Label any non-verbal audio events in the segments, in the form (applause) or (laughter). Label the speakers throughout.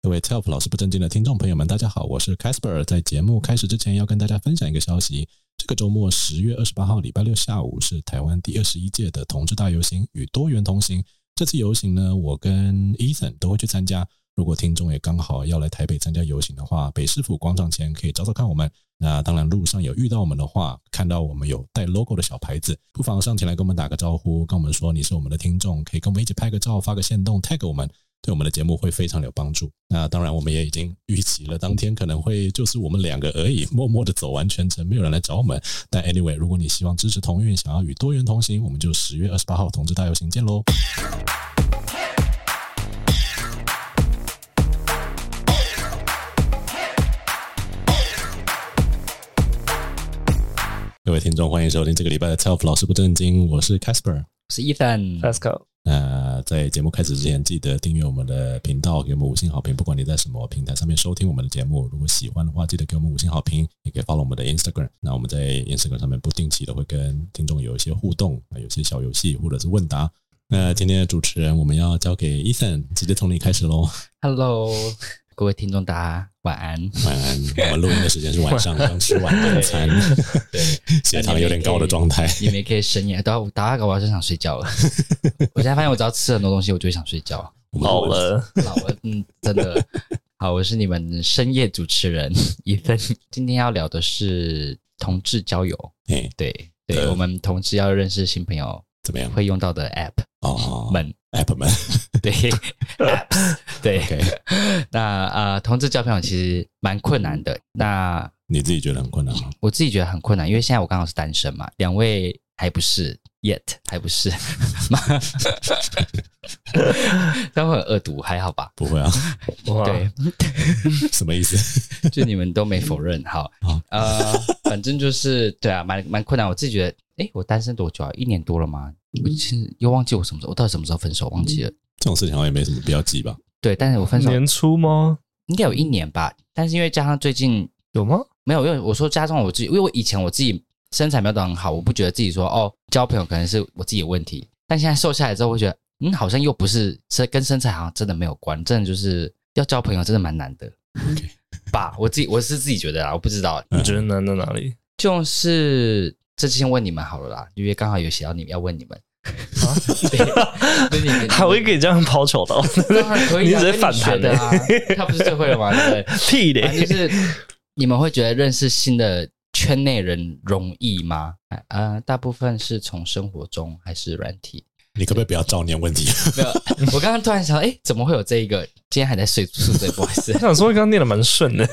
Speaker 1: 各位 TELF 老师不正经的听众朋友们，大家好，我是 Casper。在节目开始之前，要跟大家分享一个消息：这个周末十月二十八号，礼拜六下午是台湾第二十一届的同志大游行与多元同行。这次游行呢，我跟 Ethan 都会去参加。如果听众也刚好要来台北参加游行的话，北市府广场前可以找找看我们。那当然，路上有遇到我们的话，看到我们有带 logo 的小牌子，不妨上前来跟我们打个招呼，跟我们说你是我们的听众，可以跟我们一起拍个照，发个线动 tag 我们。对我们的节目会非常有帮助。那当然，我们也已经预期了，当天可能会就是我们两个而已，默默的走完全程，没有人来找我们。但 anyway，如果你希望支持同运，想要与多元同行，我们就十月二十八号同志大游行见喽。各位听众，欢迎收听这个礼拜的 Self 老师不正经，我是 Casper。
Speaker 2: 是 Ethan，
Speaker 1: 呃
Speaker 3: Tesco，
Speaker 1: 那在节目开始之前，记得订阅我们的频道，给我们五星好评。不管你在什么平台上面收听我们的节目，如果喜欢的话，记得给我们五星好评，也可以 follow 我们的 Instagram。那我们在 Instagram 上面不定期的会跟听众有一些互动，啊有些小游戏或者是问答。那今天的主持人，我们要交给 Ethan，直接从你开始喽。
Speaker 2: Hello，
Speaker 1: (laughs)
Speaker 2: 各位听众，大家晚安。
Speaker 1: 晚安，我们录音的时间是晚上，刚吃完晚餐，血糖有点高的状态。
Speaker 2: 你们也可以深夜，到打大搞我就想睡觉了。我现在发现，我只要吃很多东西，我就会想睡
Speaker 1: (laughs)
Speaker 2: 觉。
Speaker 1: 我们
Speaker 3: 老
Speaker 1: 录了
Speaker 3: 了，
Speaker 2: 老了，嗯，真的。好，我是你们深夜主持人一芬。今天要聊的是同志交友，
Speaker 1: 嘿，
Speaker 2: 对对，
Speaker 1: 呃
Speaker 2: 我们同志要认识新朋友
Speaker 1: 怎么样？
Speaker 2: 会用到的 App
Speaker 1: 哦
Speaker 2: 们，
Speaker 1: ，App 们 (laughs)
Speaker 2: 对 Apps，对。
Speaker 1: ，OK，
Speaker 2: 那呃，同志交朋友其实蛮困难的。那
Speaker 1: (laughs) 你自己觉得很困难吗？
Speaker 2: 我自己觉得很困难，因为现在我刚好是单身嘛，两位还不是 yet，还不是， (laughs) 但会很恶毒，还好吧？
Speaker 1: 不会啊，啊
Speaker 3: 哇，
Speaker 2: 对，
Speaker 1: 什么意思？
Speaker 2: 就你们都没否认，好
Speaker 1: 好，
Speaker 2: 呃，反正就是对啊，蛮蛮困难。我自己觉得，诶，我单身多久啊？一年多了吗？我其实又忘记我什么时候，我到底什么时候分手，忘记了。
Speaker 1: 这种事情好像也没什么必要急吧？
Speaker 2: 对，但是我分手
Speaker 3: 年初吗？
Speaker 2: 应该有一年吧，但是因为加上最近
Speaker 3: 有吗？
Speaker 2: 没有，因为我说加上我自己，因为我以前我自己身材没有到很好，我不觉得自己说哦交朋友可能是我自己有问题，但现在瘦下来之后，会觉得嗯好像又不是这跟身材好像真的没有关，真的就是要交朋友真的蛮难的。吧，我自己我是自己觉得啦，我不知道，
Speaker 1: 嗯
Speaker 3: 你觉得难在哪里？
Speaker 2: 就是这次先问你们好了啦，因为刚好有写到你们要问你们， (laughs) 对你们
Speaker 3: 还会给这样抛球的哦， (laughs)
Speaker 2: 当然可以、啊，
Speaker 3: 你只
Speaker 2: 跟
Speaker 3: 是反
Speaker 2: 学
Speaker 3: 弹
Speaker 2: 的啊， (laughs) 他不是最会了吗？对不对？
Speaker 3: 屁
Speaker 2: 反正
Speaker 3: 嘞！
Speaker 2: 啊就是你们会觉得认识新的圈内人容易吗？哎呃，大部分是从生活中还是软体？ (laughs)
Speaker 1: 你可不可以不要照念
Speaker 3: (laughs)
Speaker 1: 问题？
Speaker 2: 没有，我刚刚突然想到，哎、怎么会有这一个？今天还在睡宿醉，不好意思
Speaker 3: 我，想说，刚刚念的蛮
Speaker 2: (laughs)
Speaker 3: 顺的，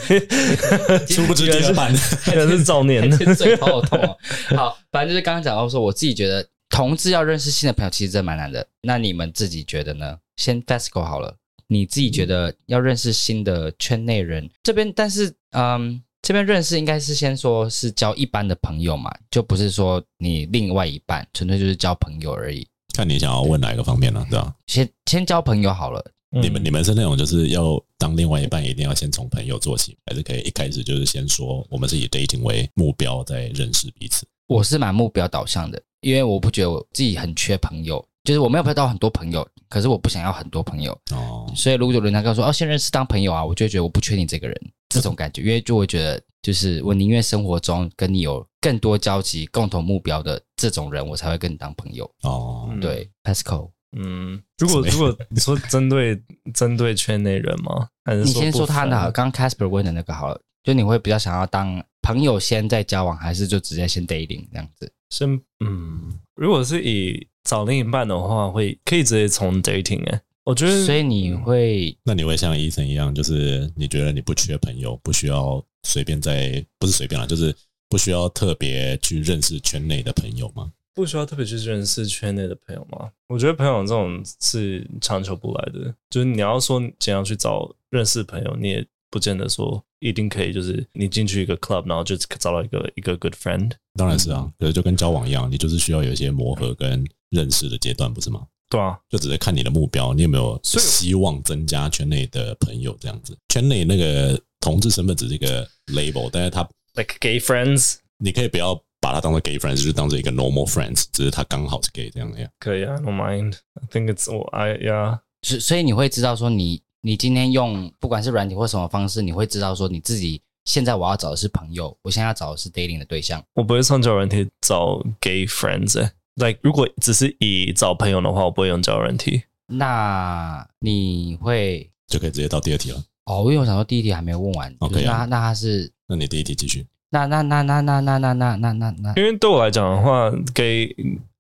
Speaker 1: 殊不知第二版
Speaker 3: 原来是照念
Speaker 2: 还
Speaker 3: (laughs)
Speaker 2: 是
Speaker 3: 的。
Speaker 2: 嘴好好痛哦。好，反正就是刚刚讲到说，我自己觉得同志要认识新的朋友其实真的蛮难的。那你们自己觉得呢？先 FESCO 好了，你自己觉得要认识新的圈内人这边，但是嗯，这边认识应该是先说是交一般的朋友嘛，就不是说你另外一半，纯粹就是交朋友而已。
Speaker 1: 看你想要问哪一个方面了、对吧、
Speaker 2: 先先交朋友好了，
Speaker 3: 嗯
Speaker 1: 你们你们是那种就是要当另外一半，一定要先从朋友做起，还是可以一开始就是先说我们是以 dating 为目标在认识彼此？
Speaker 2: 我是蛮目标导向的，因为我不觉得我自己很缺朋友，就是我没有碰到很多朋友，可是我不想要很多朋友。
Speaker 1: 哦，
Speaker 2: 所以如果有人家跟我说哦，先认识当朋友啊，我就会觉得我不缺你这个人这种感觉，因为就会觉得就是我宁愿生活中跟你有更多交集、共同目标的这种人，我才会跟你当朋友。
Speaker 1: 哦，
Speaker 3: 嗯
Speaker 2: 对，Pascal，
Speaker 3: 嗯，如果如果你说针对针对圈内人吗？还是
Speaker 2: 你先
Speaker 3: 不
Speaker 2: 说他
Speaker 3: 分
Speaker 2: 的，啊刚刚 Casper 问的那个好了，就你会比较想要当朋友先再交往，还是就直接先 dating 这样子？
Speaker 3: 先嗯，如果是以找另一半的话，会可以直接从 dating 哎、我觉得
Speaker 2: 所以你会
Speaker 1: 那你会像医生一样，就是你觉得你不缺朋友，不需要随便在不是随便啦，就是不需要特别去认识圈内的朋友吗？
Speaker 3: 不需要特别去认识圈内的朋友吗？我觉得朋友这种是强求不来的，就是你要说怎样去找认识朋友，你也不见得说一定可以，就是你进去一个 club，然后就找到一个一个 good friend。
Speaker 1: 当然是
Speaker 3: 嗯
Speaker 1: 啊，可是就跟交往一样，你就是需要有一些磨合跟认识的阶段，不是吗？
Speaker 3: 对啊，
Speaker 1: 就只是看你的目标，你有没有
Speaker 3: 所以
Speaker 1: 希望增加圈内的朋友这样子。圈内那个同志身份只是一个 label，但是他
Speaker 3: ，like gay friends
Speaker 1: 你可以不要把它当做 gay friends，就是当做一个 normal friends，只是他刚好是 gay 这样呀。
Speaker 3: 可以啊，no mind。I think it's 我 I yeah。
Speaker 2: 所所以你会知道说你你今天用不管是软体或什么方式，你会知道说你自己现在我要找的是朋友，我现在要找的是 dating 的对象。
Speaker 3: 我不会上交友软体找 gay friends、欸。Like 如果只是以找朋友的话，我不会用交友软体。
Speaker 2: 那你会
Speaker 1: 就可以直接到第二题了。
Speaker 2: 哦，因为我想说第一题还没有问完，
Speaker 1: 哦
Speaker 2: 就是
Speaker 1: 可以啊
Speaker 2: 那那他是
Speaker 1: 那你第一题继续，
Speaker 2: 那那那那那那那那那那那 (laughs)
Speaker 3: 因为对我来讲的话，给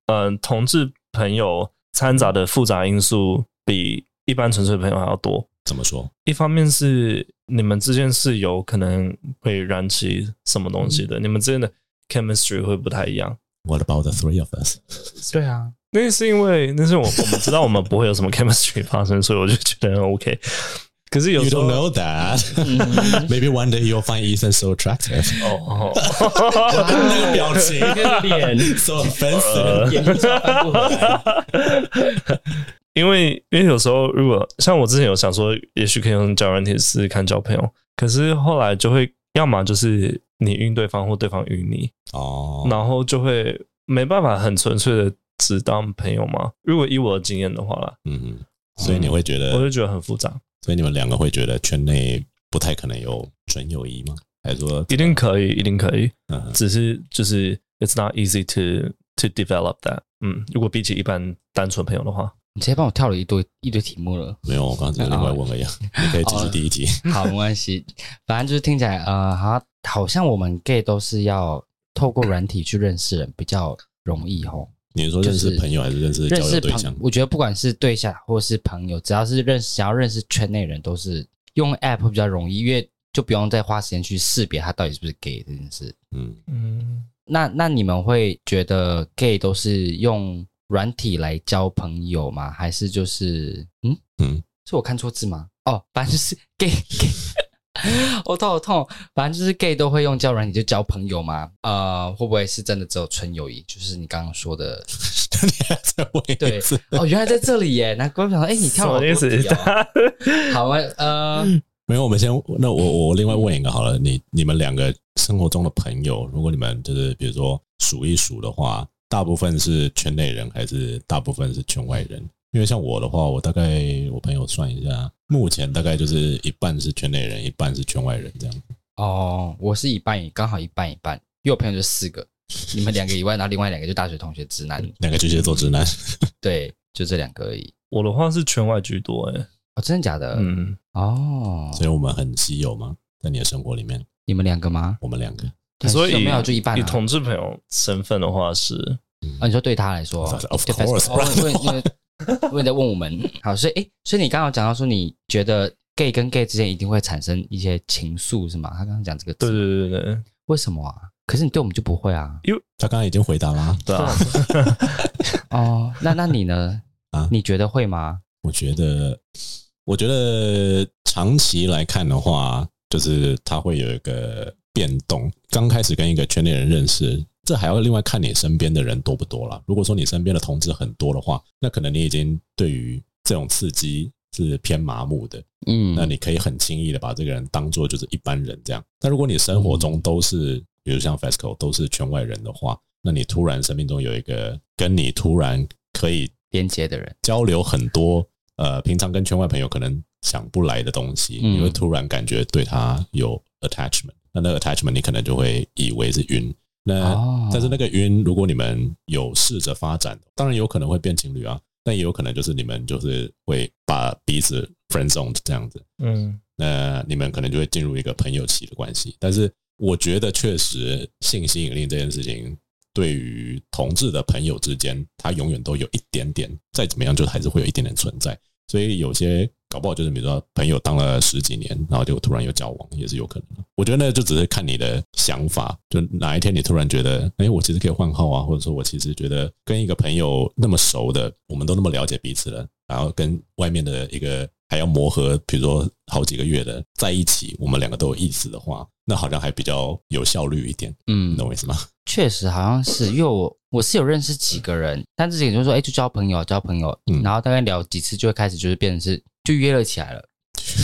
Speaker 3: 嗯、同志朋友掺杂的复杂因素比一般纯粹朋友还要多。
Speaker 1: 怎么说？
Speaker 3: 一方面是你们之间是有可能会燃起什么东西
Speaker 1: 嗯
Speaker 3: 的，你们之间的 chemistry 会不太一样。
Speaker 1: What about the three of us？
Speaker 2: 对啊，
Speaker 3: 那是因为那是我我们知道我们不会有什么 (laughs) chemistry 发生，所以我就觉得很 OK。可是有
Speaker 1: You
Speaker 3: 时候
Speaker 1: don't know that. (laughs)
Speaker 2: 嗯
Speaker 1: Maybe one day you'll find Ethan so attractive.
Speaker 3: (laughs) 哦，
Speaker 1: 那个表情
Speaker 2: 个脸
Speaker 1: (laughs) so offensive.
Speaker 2: 眼睛差翻不回来。
Speaker 3: 因为因为有时候如果像我之前有想说，也许可以用交友软体试试看交朋友，可是后来就会要么就是你晕对方或对方晕你，
Speaker 1: 哦，
Speaker 3: 然后就会没办法很纯粹的只当朋友嘛。如果以我的经验的话啦，
Speaker 1: 嗯，所以你会觉
Speaker 3: 我就
Speaker 1: 得，
Speaker 3: 觉得很复杂，
Speaker 1: 所以你们两个会觉得圈内不太可能有纯友谊吗？还是说，
Speaker 3: 一定可以，一定可以，
Speaker 1: 嗯，
Speaker 3: 只是就是 it's not easy to to develop that。嗯，如果比起一般单纯朋友的话，
Speaker 2: 你直接帮我跳了一堆一堆题目了。
Speaker 1: 没有，我刚才另外问而
Speaker 2: 哦
Speaker 1: 已啊。你可以继续第一题。
Speaker 2: 好，没关系，反正就是听起来，呃，好像，好像我们 gay 都是要透过软体去认识人比较容易吼。
Speaker 1: 你是说认识
Speaker 2: 就是
Speaker 1: 朋友还是认识交
Speaker 2: 认
Speaker 1: 友
Speaker 2: 识
Speaker 1: 对象
Speaker 2: 朋，？我觉得不管是对象或是朋友，只要是认识想要认识圈内人，都是用 app 会比较容易，因为就不用再花时间去识别他到底是不是 gay 这件事。
Speaker 1: 嗯， (laughs)
Speaker 3: 嗯，
Speaker 2: 那那你们会觉得 gay 都是用软体来交朋友吗？还是就是嗯
Speaker 1: 嗯
Speaker 2: 嗯，是我看错字吗？哦，反正就是 gay gay，我头好痛。反正就是 gay 都会用交友软体就交朋友吗？呃，会不会是真的只有纯友谊？就是你刚刚说
Speaker 3: (laughs)
Speaker 2: 的
Speaker 1: 你还在问一
Speaker 2: 对
Speaker 1: 次？
Speaker 2: 哦，原来在这里耶！难怪我想说，哎、你跳了好
Speaker 3: 什
Speaker 2: 多
Speaker 3: 么意
Speaker 2: 题
Speaker 3: 思
Speaker 2: 哦。好啊，呃，
Speaker 1: 没有，我们先那我我另外问一个好了，你你们两个生活中的朋友，如果你们就是比如说数一数的话，大部分是圈内人还是大部分是圈外人？因为像我的话，我大概我朋友算一下，目前大概就是一半是圈内人，一半是圈外人这样。
Speaker 2: 哦，我是一半一，刚好一半一半，因为我朋友就四个，你们两个以外，然后另外两个就大学同学直男。
Speaker 3: 嗯
Speaker 1: 两个巨蟹座直男，
Speaker 2: 对，就这两个而已。
Speaker 3: (laughs) 我的话是圈外居多、欸，
Speaker 2: 哦，真的假的？
Speaker 3: 嗯，
Speaker 2: 哦，
Speaker 1: 所以我们很稀有吗？在你的生活里面，
Speaker 2: 你们两个吗？
Speaker 1: 我们两个，
Speaker 3: 所以
Speaker 2: 有没有就一半、
Speaker 3: 以
Speaker 2: 啊？
Speaker 3: 同志朋友身份的话是，
Speaker 2: 啊，你说对他来说
Speaker 1: Of
Speaker 2: 对 Facebook-
Speaker 1: course，
Speaker 2: 哦因为因为因为在问我们， (laughs) 好，所以诶，所以你刚刚讲到说，你觉得 gay 跟 gay 之间一定会产生一些情愫是吗？他刚刚讲这个字，
Speaker 3: 对对对对
Speaker 2: 为什么啊？可是你对我们就不会啊？
Speaker 1: (laughs) 他刚刚已经回答啦、
Speaker 3: 对啊，
Speaker 2: 哦，那那你呢？
Speaker 1: 啊
Speaker 2: 你觉得会吗？
Speaker 1: 我觉得，我觉得长期来看的话，就是它会有一个变动。刚开始跟一个圈内人认识，这还要另外看你身边的人多不多啦。如果说你身边的同志很多的话，那可能你已经对于这种刺激是偏麻木的。
Speaker 2: 嗯，
Speaker 1: 那你可以很轻易的把这个人当做就是一般人这样。那如果你生活
Speaker 2: 嗯
Speaker 1: 中都是，比如像 FESCO 都是圈外人的话，那你突然生命中有一个跟你突然可以
Speaker 2: 连接的人，
Speaker 1: 交流很多呃，平常跟圈外朋友可能想不来的东西，
Speaker 2: 嗯
Speaker 1: 你会突然感觉对他有 attachment，那那个 attachment 你可能就会以为是晕。那、
Speaker 2: 哦
Speaker 1: 呃但是那个晕，如果你们有试着发展，当然有可能会变情侣啊，但也有可能就是你们就是会把彼此 friend zone 这样子。
Speaker 3: 嗯，
Speaker 1: 那你们可能就会进入一个朋友期的关系。但是我觉得，确实性吸引力这件事情，对于同志的朋友之间，它永远都有一点点，再怎么样就还是会有一点点存在。所以有些搞不好就是，比如说朋友当了十几年，然后就突然有交往，也是有可能的。我觉得那就只是看你的想法，就哪一天你突然觉得，哎，我其实可以换号啊，或者说我其实觉得跟一个朋友那么熟的，我们都那么了解彼此了，然后跟外面的一个还要磨合，比如说好几个月的在一起，我们两个都有意思的话，那好像还比较有效率一点，你
Speaker 2: 嗯，
Speaker 1: 懂我意思吗？
Speaker 2: 确实好像是，因为我我是有认识几个人，但自己就说，哎、就交朋友，交朋友，
Speaker 1: 嗯
Speaker 2: 然后大概聊几次就会开始就是变成是就约了起来了，
Speaker 1: 是不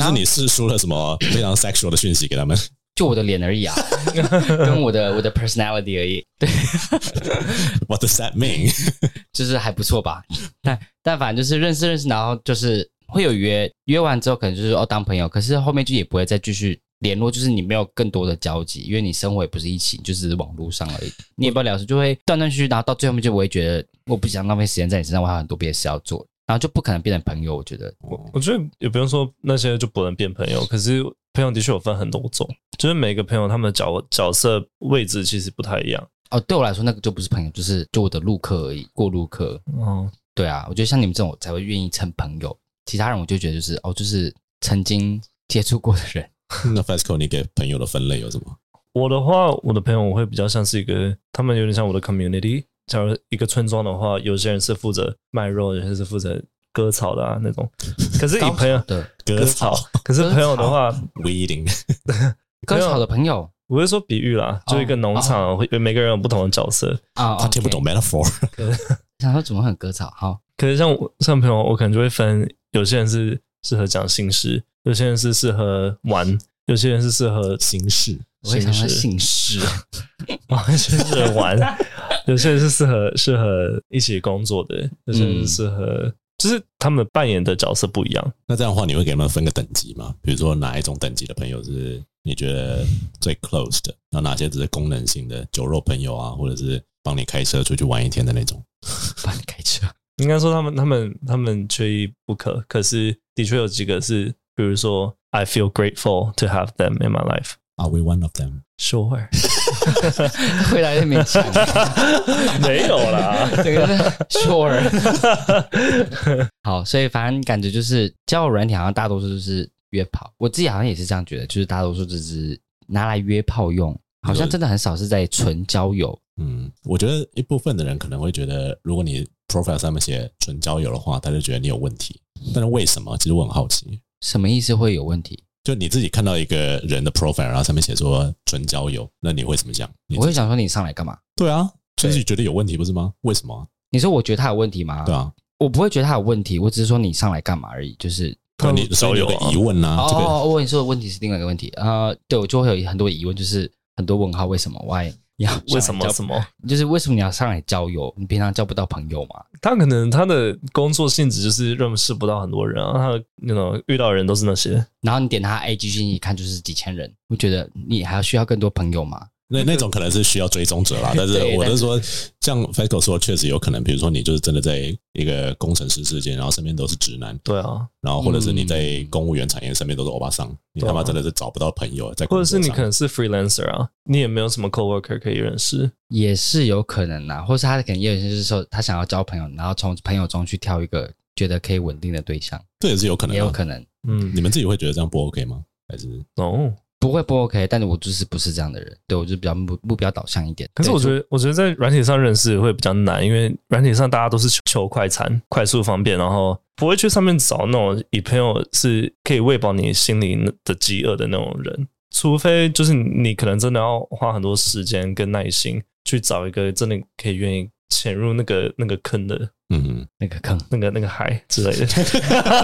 Speaker 1: 是
Speaker 2: 后
Speaker 1: 你是输了什么非常 sexual 的讯息给他们？
Speaker 2: 就我的脸而已啊，跟我的我的 personality 而已，对，
Speaker 1: (laughs) What does that mean？
Speaker 2: (laughs) 就是还不错吧。但但反正就是认识认识，然后就是会有约，约完之后可能就是哦当朋友，可是后面就也不会再继续联络，就是你没有更多的交集，因为你生活也不是一起，就只是网络上而已，你也不知道聊什么，就会断断续续，然后到最后面就我会觉得我不想浪费时间在你身上，我还有很多别的事要做，然后就不可能变成朋友，我觉得
Speaker 1: 哦
Speaker 3: 我觉得也不用说那些就不能变朋友，可是朋友的确有分很多种，就是每个朋友他们的角角色位置其实不太一样。
Speaker 2: 哦对我来说那个就不是朋友，就是就我的路客而已，过路客，
Speaker 3: 哦，
Speaker 2: 对啊，我觉得像你们这种我才会愿意称朋友，其他人我就觉得就是哦，就是曾经接触过的人。
Speaker 1: 那 FESCO 你给朋友的分类有什么？
Speaker 3: 我的话，我的朋友我会比较像是一个，他们有点像我的 community。假如一个村庄的话，有些人是负责卖肉，有些是负责割草的啊那种。可是以朋友
Speaker 2: 对，
Speaker 1: 割草
Speaker 3: 可是朋友的话，
Speaker 1: ，weeding，
Speaker 2: 割草的朋友
Speaker 3: 我是说比喻啦，
Speaker 2: 哦
Speaker 3: 就一个农场会每个人有不同的角色。
Speaker 2: 啊，
Speaker 1: 他听不
Speaker 2: OK
Speaker 1: 懂 metaphor。
Speaker 2: 想说怎么会有割草？好，
Speaker 3: 可是像我像朋友，我可能就会分，有些人是适合讲心事，有些人是适合玩，有些人是适合 (laughs)
Speaker 1: 形式
Speaker 2: 我也想说
Speaker 3: 事，
Speaker 2: 姓 (laughs) 氏，
Speaker 3: 有些人适合玩，有些人是适合适合一起工作的，有些人是适合，就是他们扮演的角色不一样。
Speaker 1: 那这样的话，你会给他们分个等级吗？比如说哪一种等级的朋友是你觉得最 close 的？那哪些只是功能性的酒肉朋友啊，或者是帮你开车出去玩一天的那种？
Speaker 2: 帮你开车。
Speaker 3: 应该说他们他们他们缺一不可，可是的确有几个是，比如说 I feel grateful to have them in my life。
Speaker 1: Are we one of them？
Speaker 3: Sure， (laughs)
Speaker 2: 回来的勉强，
Speaker 3: 没有啦。
Speaker 2: 整 (laughs) 个是 sure。好，所以反正感觉就是交友软体好像大多数就是约炮，我自己好像也是这样觉得，就是大多数只是拿来约炮用，好像真的很少是在纯交友。
Speaker 1: 嗯，我觉得一部分的人可能会觉得，如果你 profile 上面写纯交友的话，他就觉得你有问题。但是为什么？其实我很好奇。
Speaker 2: 什么意思会有问题？
Speaker 1: 就你自己看到一个人的 profile，然后上面写说纯交友，那你会怎么讲？你
Speaker 2: 我会想说你上来干嘛？
Speaker 1: 对啊，自己觉得有问题不是吗？为什么啊？
Speaker 2: 你说我觉得他有问题吗？
Speaker 1: 对啊，
Speaker 2: 我不会觉得他有问题，我只是说你上来干嘛而已。就是
Speaker 1: 可能你所以你有个疑问啊，这个
Speaker 2: 哦，我跟你说的问题是另外一个问题啊、呃对我就会有很多疑问，就是很多问号，为什么 why 你要上来
Speaker 3: 为什么
Speaker 2: 交
Speaker 3: 什么？
Speaker 2: 就是为什么你要上来交友？你平常交不到朋友嘛？
Speaker 3: 他可能他的工作性质就是认识不到很多人啊，他的那种遇到的人都是那些。
Speaker 2: 然后你点他 A G G，你看就是几千人，我觉得你还需要更多朋友嘛？
Speaker 1: 那那种可能是需要追踪者啦，但是
Speaker 2: 对
Speaker 1: 我
Speaker 2: 但
Speaker 1: 是
Speaker 2: 是
Speaker 1: 说，像 FESCO 说，确实有可能，比如说你就是真的在一个工程师世界，然后身边都是直男，
Speaker 3: 对啊，
Speaker 1: 然后或者是你在
Speaker 2: 嗯
Speaker 1: 公务员产业身边都是欧巴桑，你他妈
Speaker 3: 对啊
Speaker 1: 真的是找不到朋友，在
Speaker 3: 或
Speaker 1: 工
Speaker 3: 者是
Speaker 1: 作
Speaker 3: 你
Speaker 1: 上
Speaker 3: 可能是 freelancer 啊，你也没有什么 coworker 可以认识。
Speaker 2: 也是有可能呐、或是他可能也有些是说他想要交朋友，然后从朋友中去挑一个觉得可以稳定的对象，
Speaker 1: 这也是有可能
Speaker 2: 也有
Speaker 1: 啊。
Speaker 2: 可能
Speaker 3: 嗯
Speaker 1: 你们自己会觉得这样不 OK 吗？还是
Speaker 3: 哦，
Speaker 2: 不会不 OK，但是我就是不是这样的人，对我就比较目目标导向一点。
Speaker 3: 可是我
Speaker 2: 对
Speaker 3: 觉得，我觉得在软体上认识会比较难，因为软体上大家都是求求快餐、快速方便，然后不会去上面找那种以朋友是可以喂饱你心灵的饥饿的那种人，除非就是你可能真的要花很多时间跟耐心去找一个真的可以愿意潜入那个那个坑的
Speaker 1: 嗯，
Speaker 2: 那个坑，
Speaker 3: 那个那个海之类的。 (laughs)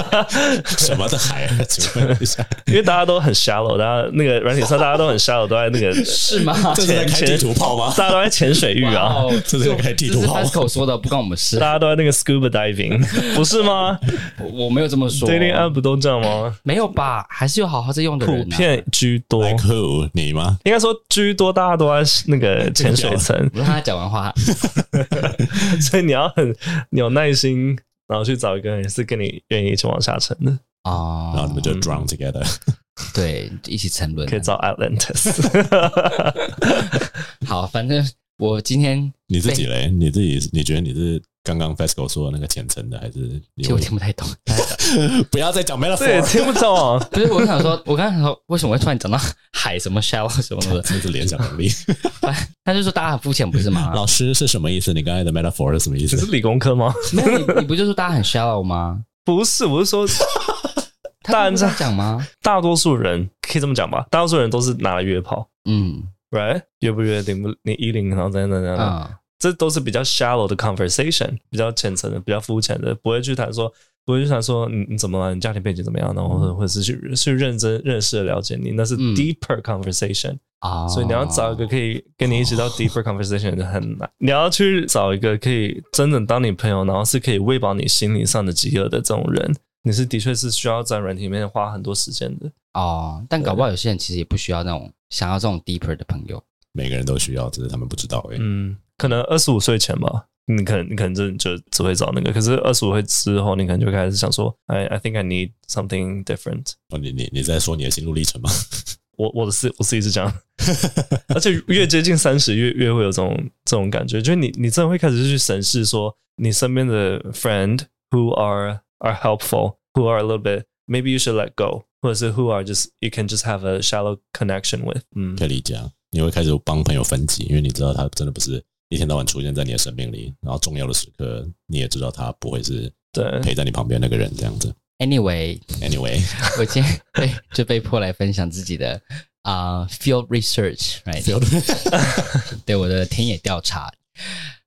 Speaker 1: 什么的海？请问一下，
Speaker 3: 因为大家都很 shallow，大家那个软体上大家都很 shallow，都在那个
Speaker 2: 是吗？
Speaker 3: (laughs)
Speaker 1: 这是在开地图炮吗？
Speaker 3: 大家都在潜水浴
Speaker 2: 哇
Speaker 3: 啊，
Speaker 2: 哦
Speaker 3: (laughs)
Speaker 1: 这是开地图炮
Speaker 2: 这是 Pascal 说的，不关我们事
Speaker 3: 大。家都在那个
Speaker 2: (laughs)
Speaker 3: scuba diving，不是吗
Speaker 2: 我我没有这么说，
Speaker 3: ？dating app 不都这样吗？
Speaker 2: 没有吧？还是有好好在用的人、
Speaker 3: 普
Speaker 2: 啊。
Speaker 3: 遍居多，
Speaker 1: 来酷你吗？
Speaker 3: 应该说居多，大家都在那个潜水
Speaker 2: (laughs)
Speaker 3: 层，
Speaker 2: 我让他讲完
Speaker 3: (laughs)
Speaker 2: 话，
Speaker 3: 所以你要很你有耐心，然后去找一个人是跟你愿意一起往下沉的，
Speaker 2: 哦，
Speaker 1: 然后你们就
Speaker 3: 嗯
Speaker 1: drown together。
Speaker 2: 对一起沉沦啊
Speaker 3: 可。以找
Speaker 2: (laughs)
Speaker 3: (laughs) Atlantis。
Speaker 2: 好，反正我今天
Speaker 1: 你自己嘞？你自己你觉得你是刚刚 FESCO 说的那个浅层的，还是
Speaker 2: 其
Speaker 1: 你
Speaker 2: 实
Speaker 1: 会
Speaker 2: 我听不太
Speaker 3: (laughs)
Speaker 2: 懂，
Speaker 1: (laughs) 不要再讲
Speaker 3: 这也
Speaker 1: metaphor？
Speaker 3: 听不懂，
Speaker 2: (laughs) 不是我想说，我刚才想说为什么会突然讲到海什么 shell 什么
Speaker 3: (laughs)
Speaker 2: 的，
Speaker 1: 真是联想能力。
Speaker 2: 他就说大家很肤浅，不是吗？
Speaker 1: 老师是什么意思？你刚才的 metaphor 是什么意
Speaker 3: 啊你是
Speaker 1: 思？
Speaker 3: 理工
Speaker 2: (laughs)
Speaker 3: 科吗？
Speaker 2: 没有你，你不就说大家很 shallow 吗？
Speaker 3: (laughs) 不是，我是说。大
Speaker 2: 他
Speaker 3: 人
Speaker 2: 不是这
Speaker 3: 在
Speaker 2: 样讲吗？
Speaker 3: 大多数人可以这么讲吧，大多数人都是拿来约炮
Speaker 2: 嗯
Speaker 3: ，right？约不约，领不你一领，然后怎样怎样怎样，
Speaker 2: 啊，
Speaker 3: 这都是比较 shallow 的 conversation，比较浅层的，比较肤浅的，不会去谈说，不会去谈说你你怎么了，你家庭背景怎么样，然后或者是去去认真认识了解你，那是
Speaker 2: 嗯
Speaker 3: deeper conversation，、
Speaker 2: 哦，
Speaker 3: 所以你要找一个可以跟你一起到 deeper conversation 就很难，你要去找一个可以真正当你朋友，然后是可以喂饱你心理上的饥饿的这种人，你是的确是需要在软体里面花很多时间的。
Speaker 2: 哦，但搞不好有些人其实也不需要那种想要这种 deeper 的朋友。
Speaker 1: 每个人都需要，只是他们不知道而已。
Speaker 3: 嗯，可能二十五岁前吧，你可能你可能真的就只会找那个，可是二十五岁之后，你可能就开始想说，I I think I need something different。
Speaker 1: 哦，你你你在说你的心路历程吗？ (laughs)
Speaker 3: 我我的是我自己是这样，而且越接近三十，越越会有这种这种感觉，就是你你真的会开始去审视说，你身边的 friend who are are helpful, who are a little bit maybe you should let go，或者是 who are just you can just have a shallow connection with，嗯
Speaker 1: 可，以理解啊，你会开始帮朋友分级，因为你知道他真的不是一天到晚出现在你的生命里，然后重要的时刻你也知道他不会是
Speaker 3: 对，
Speaker 1: 陪在你旁边那个人这样子。
Speaker 2: Anyway，
Speaker 1: Anyway，
Speaker 3: 嗯
Speaker 2: (laughs) 我今天被就被迫来分享自己的啊、field research，right？对我的田野调查，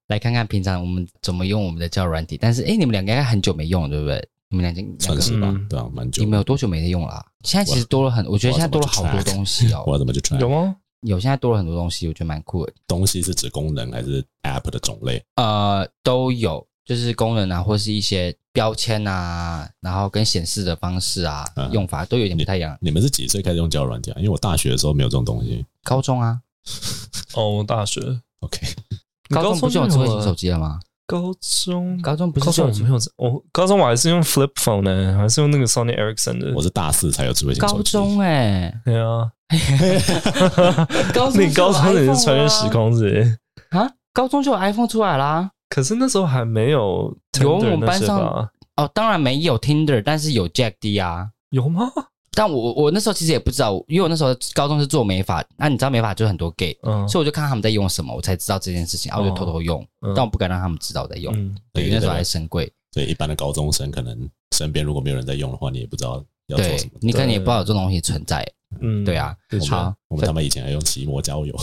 Speaker 2: 来看看平常我们怎么用我们的交友软体。但是，哎，你们两个应该很久没用了，对不对？你们两个两
Speaker 1: 算
Speaker 2: 个，
Speaker 1: 是吧，
Speaker 3: 嗯
Speaker 1: 对啊，蛮久
Speaker 2: 你。们有多久没用了啊、现在其实多了很，我觉得现在多了好多东西
Speaker 1: (laughs) 我
Speaker 2: 哦。
Speaker 1: 要怎么去 try？
Speaker 3: 有吗？
Speaker 2: 有现在多了很多东西，我觉得蛮酷的。
Speaker 1: 东西是指功能还是 App 的种类？
Speaker 2: 呃，都有，就是功能啊，或是一些标签啊，然后跟显示的方式啊、
Speaker 1: 嗯
Speaker 2: 用法都有点不太一样。
Speaker 1: 你们是几岁开始用交友软件、啊？因为我大学的时候没有这种东西。
Speaker 2: 高中啊，
Speaker 3: 哦，大学，
Speaker 1: OK，
Speaker 3: 嗯你
Speaker 2: 高中不就有智慧型手机了吗？
Speaker 3: 啊高中
Speaker 2: 高中不
Speaker 3: 高
Speaker 2: 是就
Speaker 3: 中
Speaker 2: 有
Speaker 3: 我
Speaker 2: 智
Speaker 3: 没有，我高中我还是用 flip phone 呢、还是用那个 그 Sony Ericsson 的
Speaker 1: 我。是大四才有智慧型手
Speaker 2: 高
Speaker 1: 机。
Speaker 2: 中哎、
Speaker 3: 对啊，
Speaker 2: 高中
Speaker 3: (laughs) 你高中你
Speaker 2: 你
Speaker 3: 是穿越时空是不是？
Speaker 2: 啊？高中就有 iPhone 出来啦。
Speaker 3: 可是那时候还没有
Speaker 2: 有我
Speaker 3: Tinder
Speaker 2: 们
Speaker 3: 那
Speaker 2: 班
Speaker 3: 些
Speaker 2: 上
Speaker 3: 吧？
Speaker 2: 哦，当然没有 Tinder，但是有 Jack D 啊。
Speaker 3: 有吗？
Speaker 2: 但我我那时候其实也不知道，因为我那时候高中是做美发，那、你知道美发就很多 gay，、
Speaker 3: 嗯，
Speaker 2: 所以我就看他们在用什么，我才知道这件事情，然后啊我就偷偷用，
Speaker 3: 哦嗯
Speaker 2: 但我不敢让他们知道我在用，
Speaker 3: 嗯，
Speaker 2: 对，因
Speaker 1: 对
Speaker 2: 为那时候
Speaker 1: 对对
Speaker 2: 还神贵，
Speaker 1: 所以一般的高中生可能身边如果没有人在用的话，你也不知道要做什
Speaker 2: 对
Speaker 1: 么。
Speaker 2: 你可能也不知道有这种东西存在，
Speaker 3: 嗯，
Speaker 2: 对，啊。
Speaker 3: 的确，
Speaker 2: 好，
Speaker 1: 我们他妈以前还用奇摩交友，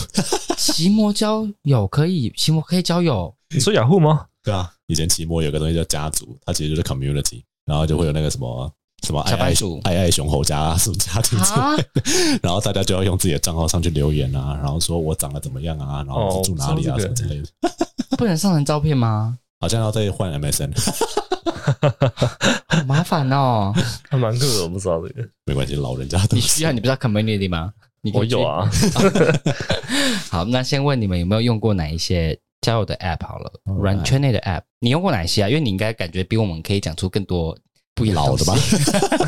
Speaker 2: 奇摩交友可以，奇摩可以交
Speaker 3: (laughs)
Speaker 2: 友，
Speaker 3: 你说雅虎吗？
Speaker 1: 对啊， (laughs) 以前奇摩有个东西叫家族，它其实就是 community，然后就会有那个什么什么爱
Speaker 2: 小
Speaker 1: 爱
Speaker 2: 白鼠
Speaker 1: 爱爱熊猴家什么家庭之
Speaker 2: 啊
Speaker 1: 类的，然后大家就要用自己的账号上去留言啊，然后说我长得怎么样啊，然后
Speaker 3: 哦
Speaker 1: 是住哪里啊、
Speaker 3: 我
Speaker 1: 什么
Speaker 3: 知道这
Speaker 1: 之
Speaker 3: 个
Speaker 1: 类的，
Speaker 2: 不能上传照片吗？
Speaker 1: 好像要再换 MSN，
Speaker 2: 好麻烦哦。
Speaker 3: 还蛮酷的，我不知道这个。
Speaker 1: 没关系，老人家都
Speaker 2: 你需要你不知道 community 吗？你可
Speaker 3: 我
Speaker 2: 以去
Speaker 3: 有。啊，
Speaker 2: 好，那先问你们有没有用过哪一些交友的 app 好了，
Speaker 1: Alright
Speaker 2: 软圈内的 app，你用过哪一些啊？因为你应该感觉比我们可以讲出更多不一样
Speaker 1: 老
Speaker 2: 东
Speaker 1: 的
Speaker 2: 西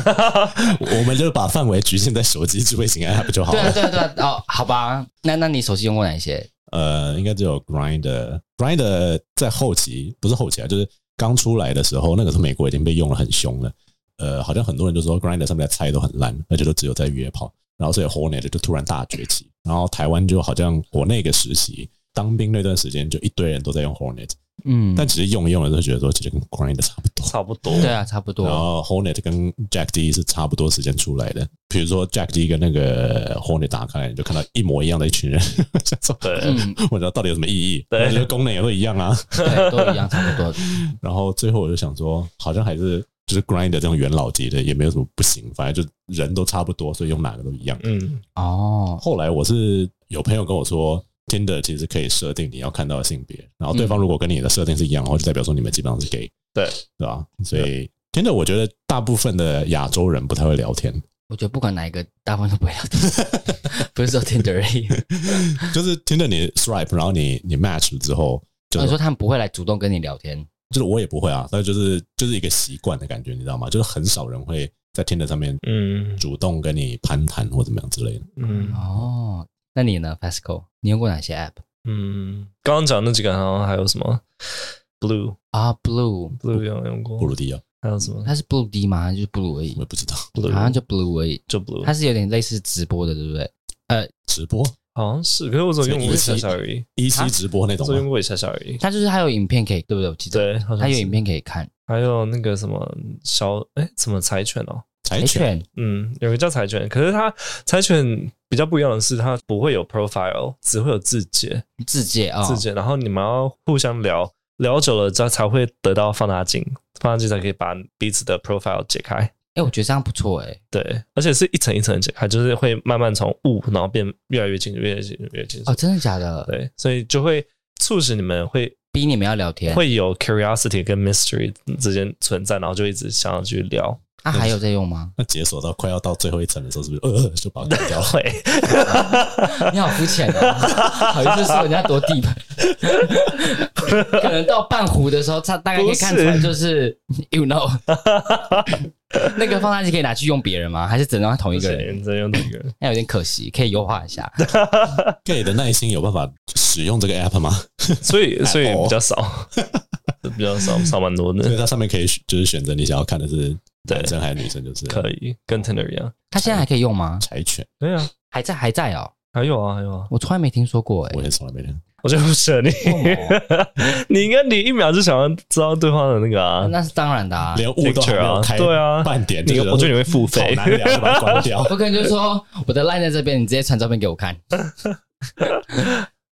Speaker 1: 吧？我们就把范围局限在手机智慧型 app 就好
Speaker 2: (laughs) 对啊，
Speaker 1: 了。
Speaker 2: 对啊，对啊，哦，好吧，那那你手机用过哪一些？
Speaker 1: 呃，应该只有 Grinder，Grinder 在后期不是后期啊，就是刚出来的时候，那个时候美国已经被用的很凶了。呃，好像很多人就说 Grinder 上面的菜都很烂，而且都只有在约炮。然后所以 Hornet 就突然大崛起，然后台湾就好像我那个时期当兵那段时间，就一堆人都在用 Hornet，
Speaker 2: 嗯，
Speaker 1: 但只是用一用了就觉得说其实跟 Grinder 差不多。
Speaker 3: 差不多。
Speaker 2: 对啊，差不
Speaker 1: 然
Speaker 2: 多。
Speaker 1: 后 Hornet 跟 Jack D 是差不多时间出来的，比如说 Jack D 跟那个 Hornet 打开，你就看到一模一样的一群人， (laughs) 想说
Speaker 3: 对，
Speaker 2: 嗯，
Speaker 1: 我知道到底有什么意义？
Speaker 3: 对
Speaker 1: 我觉得功能也都一样啊。
Speaker 2: 对，都一样，差不多。
Speaker 1: 然后最后我就想说，好像还是就是 Grind 这种元老级的也没有什么不行，反正就人都差不多，所以用哪个都一样。
Speaker 3: 嗯，
Speaker 2: 哦，
Speaker 1: 后来我是有朋友跟我说，Tinder 其实可以设定你要看到的性别，然后对方如果跟你的设定是一样的话，就代表说你们基本上是 gay，
Speaker 3: 对
Speaker 1: 对吧？所以 Tinder 我觉得大部分的亚洲人不太会聊天，
Speaker 2: 我觉得不管哪一个，大部分都不要的，不是说 Tinder 而已。
Speaker 1: 就是 Tinder 你 swipe，然后你你 match 了之后，就
Speaker 2: 我说他们不会来主动跟你聊天，
Speaker 1: 就是我也不会啊，但就是就是一个习惯的感觉，你知道吗？就是很少人会在 Tinder 上面
Speaker 3: 嗯
Speaker 1: 主动跟你攀谈或怎么样之类的。
Speaker 3: 嗯
Speaker 2: 哦，那你呢，Pascal？你用过哪些 app
Speaker 3: 嗯，刚刚讲那几个，然后还有什么 blue
Speaker 2: 啊？Blue，
Speaker 3: blue 有用过
Speaker 1: 布，鲁迪啊，
Speaker 3: 还有什么
Speaker 2: 它是 Blue D 吗？还是 Blue 而已
Speaker 1: 我？也不知道
Speaker 3: blue
Speaker 2: 好像就 Blue 而已。
Speaker 3: 就 blue，
Speaker 2: 它是有点类似直播的，对不对？
Speaker 1: 直播
Speaker 3: 好像是，可是我只有用过一下下而已，
Speaker 1: 一期直播那
Speaker 3: 我
Speaker 1: 种
Speaker 3: 只有用
Speaker 1: 吗，
Speaker 3: 过一下下而已。
Speaker 2: 它就是它有影片可以，对不对？我记得
Speaker 3: 对，好
Speaker 2: 它
Speaker 3: 像
Speaker 2: 有
Speaker 3: 是
Speaker 2: 影片可以看。
Speaker 3: 还有那个什么小哎，什么柴犬哦，
Speaker 1: 柴犬
Speaker 2: 犬
Speaker 3: 嗯，有个叫柴犬，可是它柴犬比较不一样的是，它不会有 profile，只会有字节，
Speaker 2: 自介啊，
Speaker 3: 字节，然后你们要互相聊，聊久了，这才会得到放大镜，放大镜才可以把彼此的 profile 解开。
Speaker 2: 哎，我觉得这样不错哎。
Speaker 3: 对，而且是一层一层解开，就是会慢慢从雾，然后变越来越近，越来越近，越来越近。
Speaker 2: 哦，真的假的？
Speaker 3: 对，所以就会促使你们会
Speaker 2: 逼你们要聊天， (laughs)
Speaker 3: 会有 curiosity 跟 mystery 之间存在，然后就一直想要去聊。
Speaker 2: 它啊还有在用 (laughs) 吗？
Speaker 1: 那解锁到快要到最后一层的时候，是不是呃就把它干
Speaker 3: (laughs)
Speaker 1: 掉了？
Speaker 3: 会，
Speaker 2: 你好肤浅哦， (laughs) 好意思说人家多地 (laughs) 盘。可能到半壶的时候，他大概可以看出来，就是 you know，那个放大镜可以拿去用别人吗？还是只能用同一个人？
Speaker 3: 你在用哪个？
Speaker 2: 那有点可惜，可以优化一下。
Speaker 1: gay 的耐心有办法使用这个 app 吗？
Speaker 2: (laughs)
Speaker 3: 所以所以比较少， (laughs) 比较少少蛮多
Speaker 1: 所以
Speaker 3: 的，
Speaker 1: 它上面可以选就是选择你想要看的是
Speaker 3: 对
Speaker 1: 男生还是女生，就是
Speaker 3: 可以跟 Tinder 一样。
Speaker 2: 它现在还可以用吗？
Speaker 1: 柴犬，
Speaker 3: 对啊，
Speaker 2: 还在还在哦，
Speaker 3: 还有啊还有啊，
Speaker 2: 我从来没听说过哎、
Speaker 1: 我也从来没看。
Speaker 3: 我就不舍你
Speaker 2: 为什，
Speaker 3: (laughs) 你应该你一秒就想要知道对方的那个啊，
Speaker 2: 哦那是当然的啊。
Speaker 1: 连雾都还没有开，
Speaker 3: Picture 啊对啊
Speaker 1: 半点
Speaker 3: 你
Speaker 1: 就
Speaker 3: 我觉得你会付费
Speaker 1: 好难聊，就把它关
Speaker 3: (laughs)
Speaker 1: 掉。
Speaker 2: 我可能就说我的 line 在这边，你直接传照片给我看。 (laughs)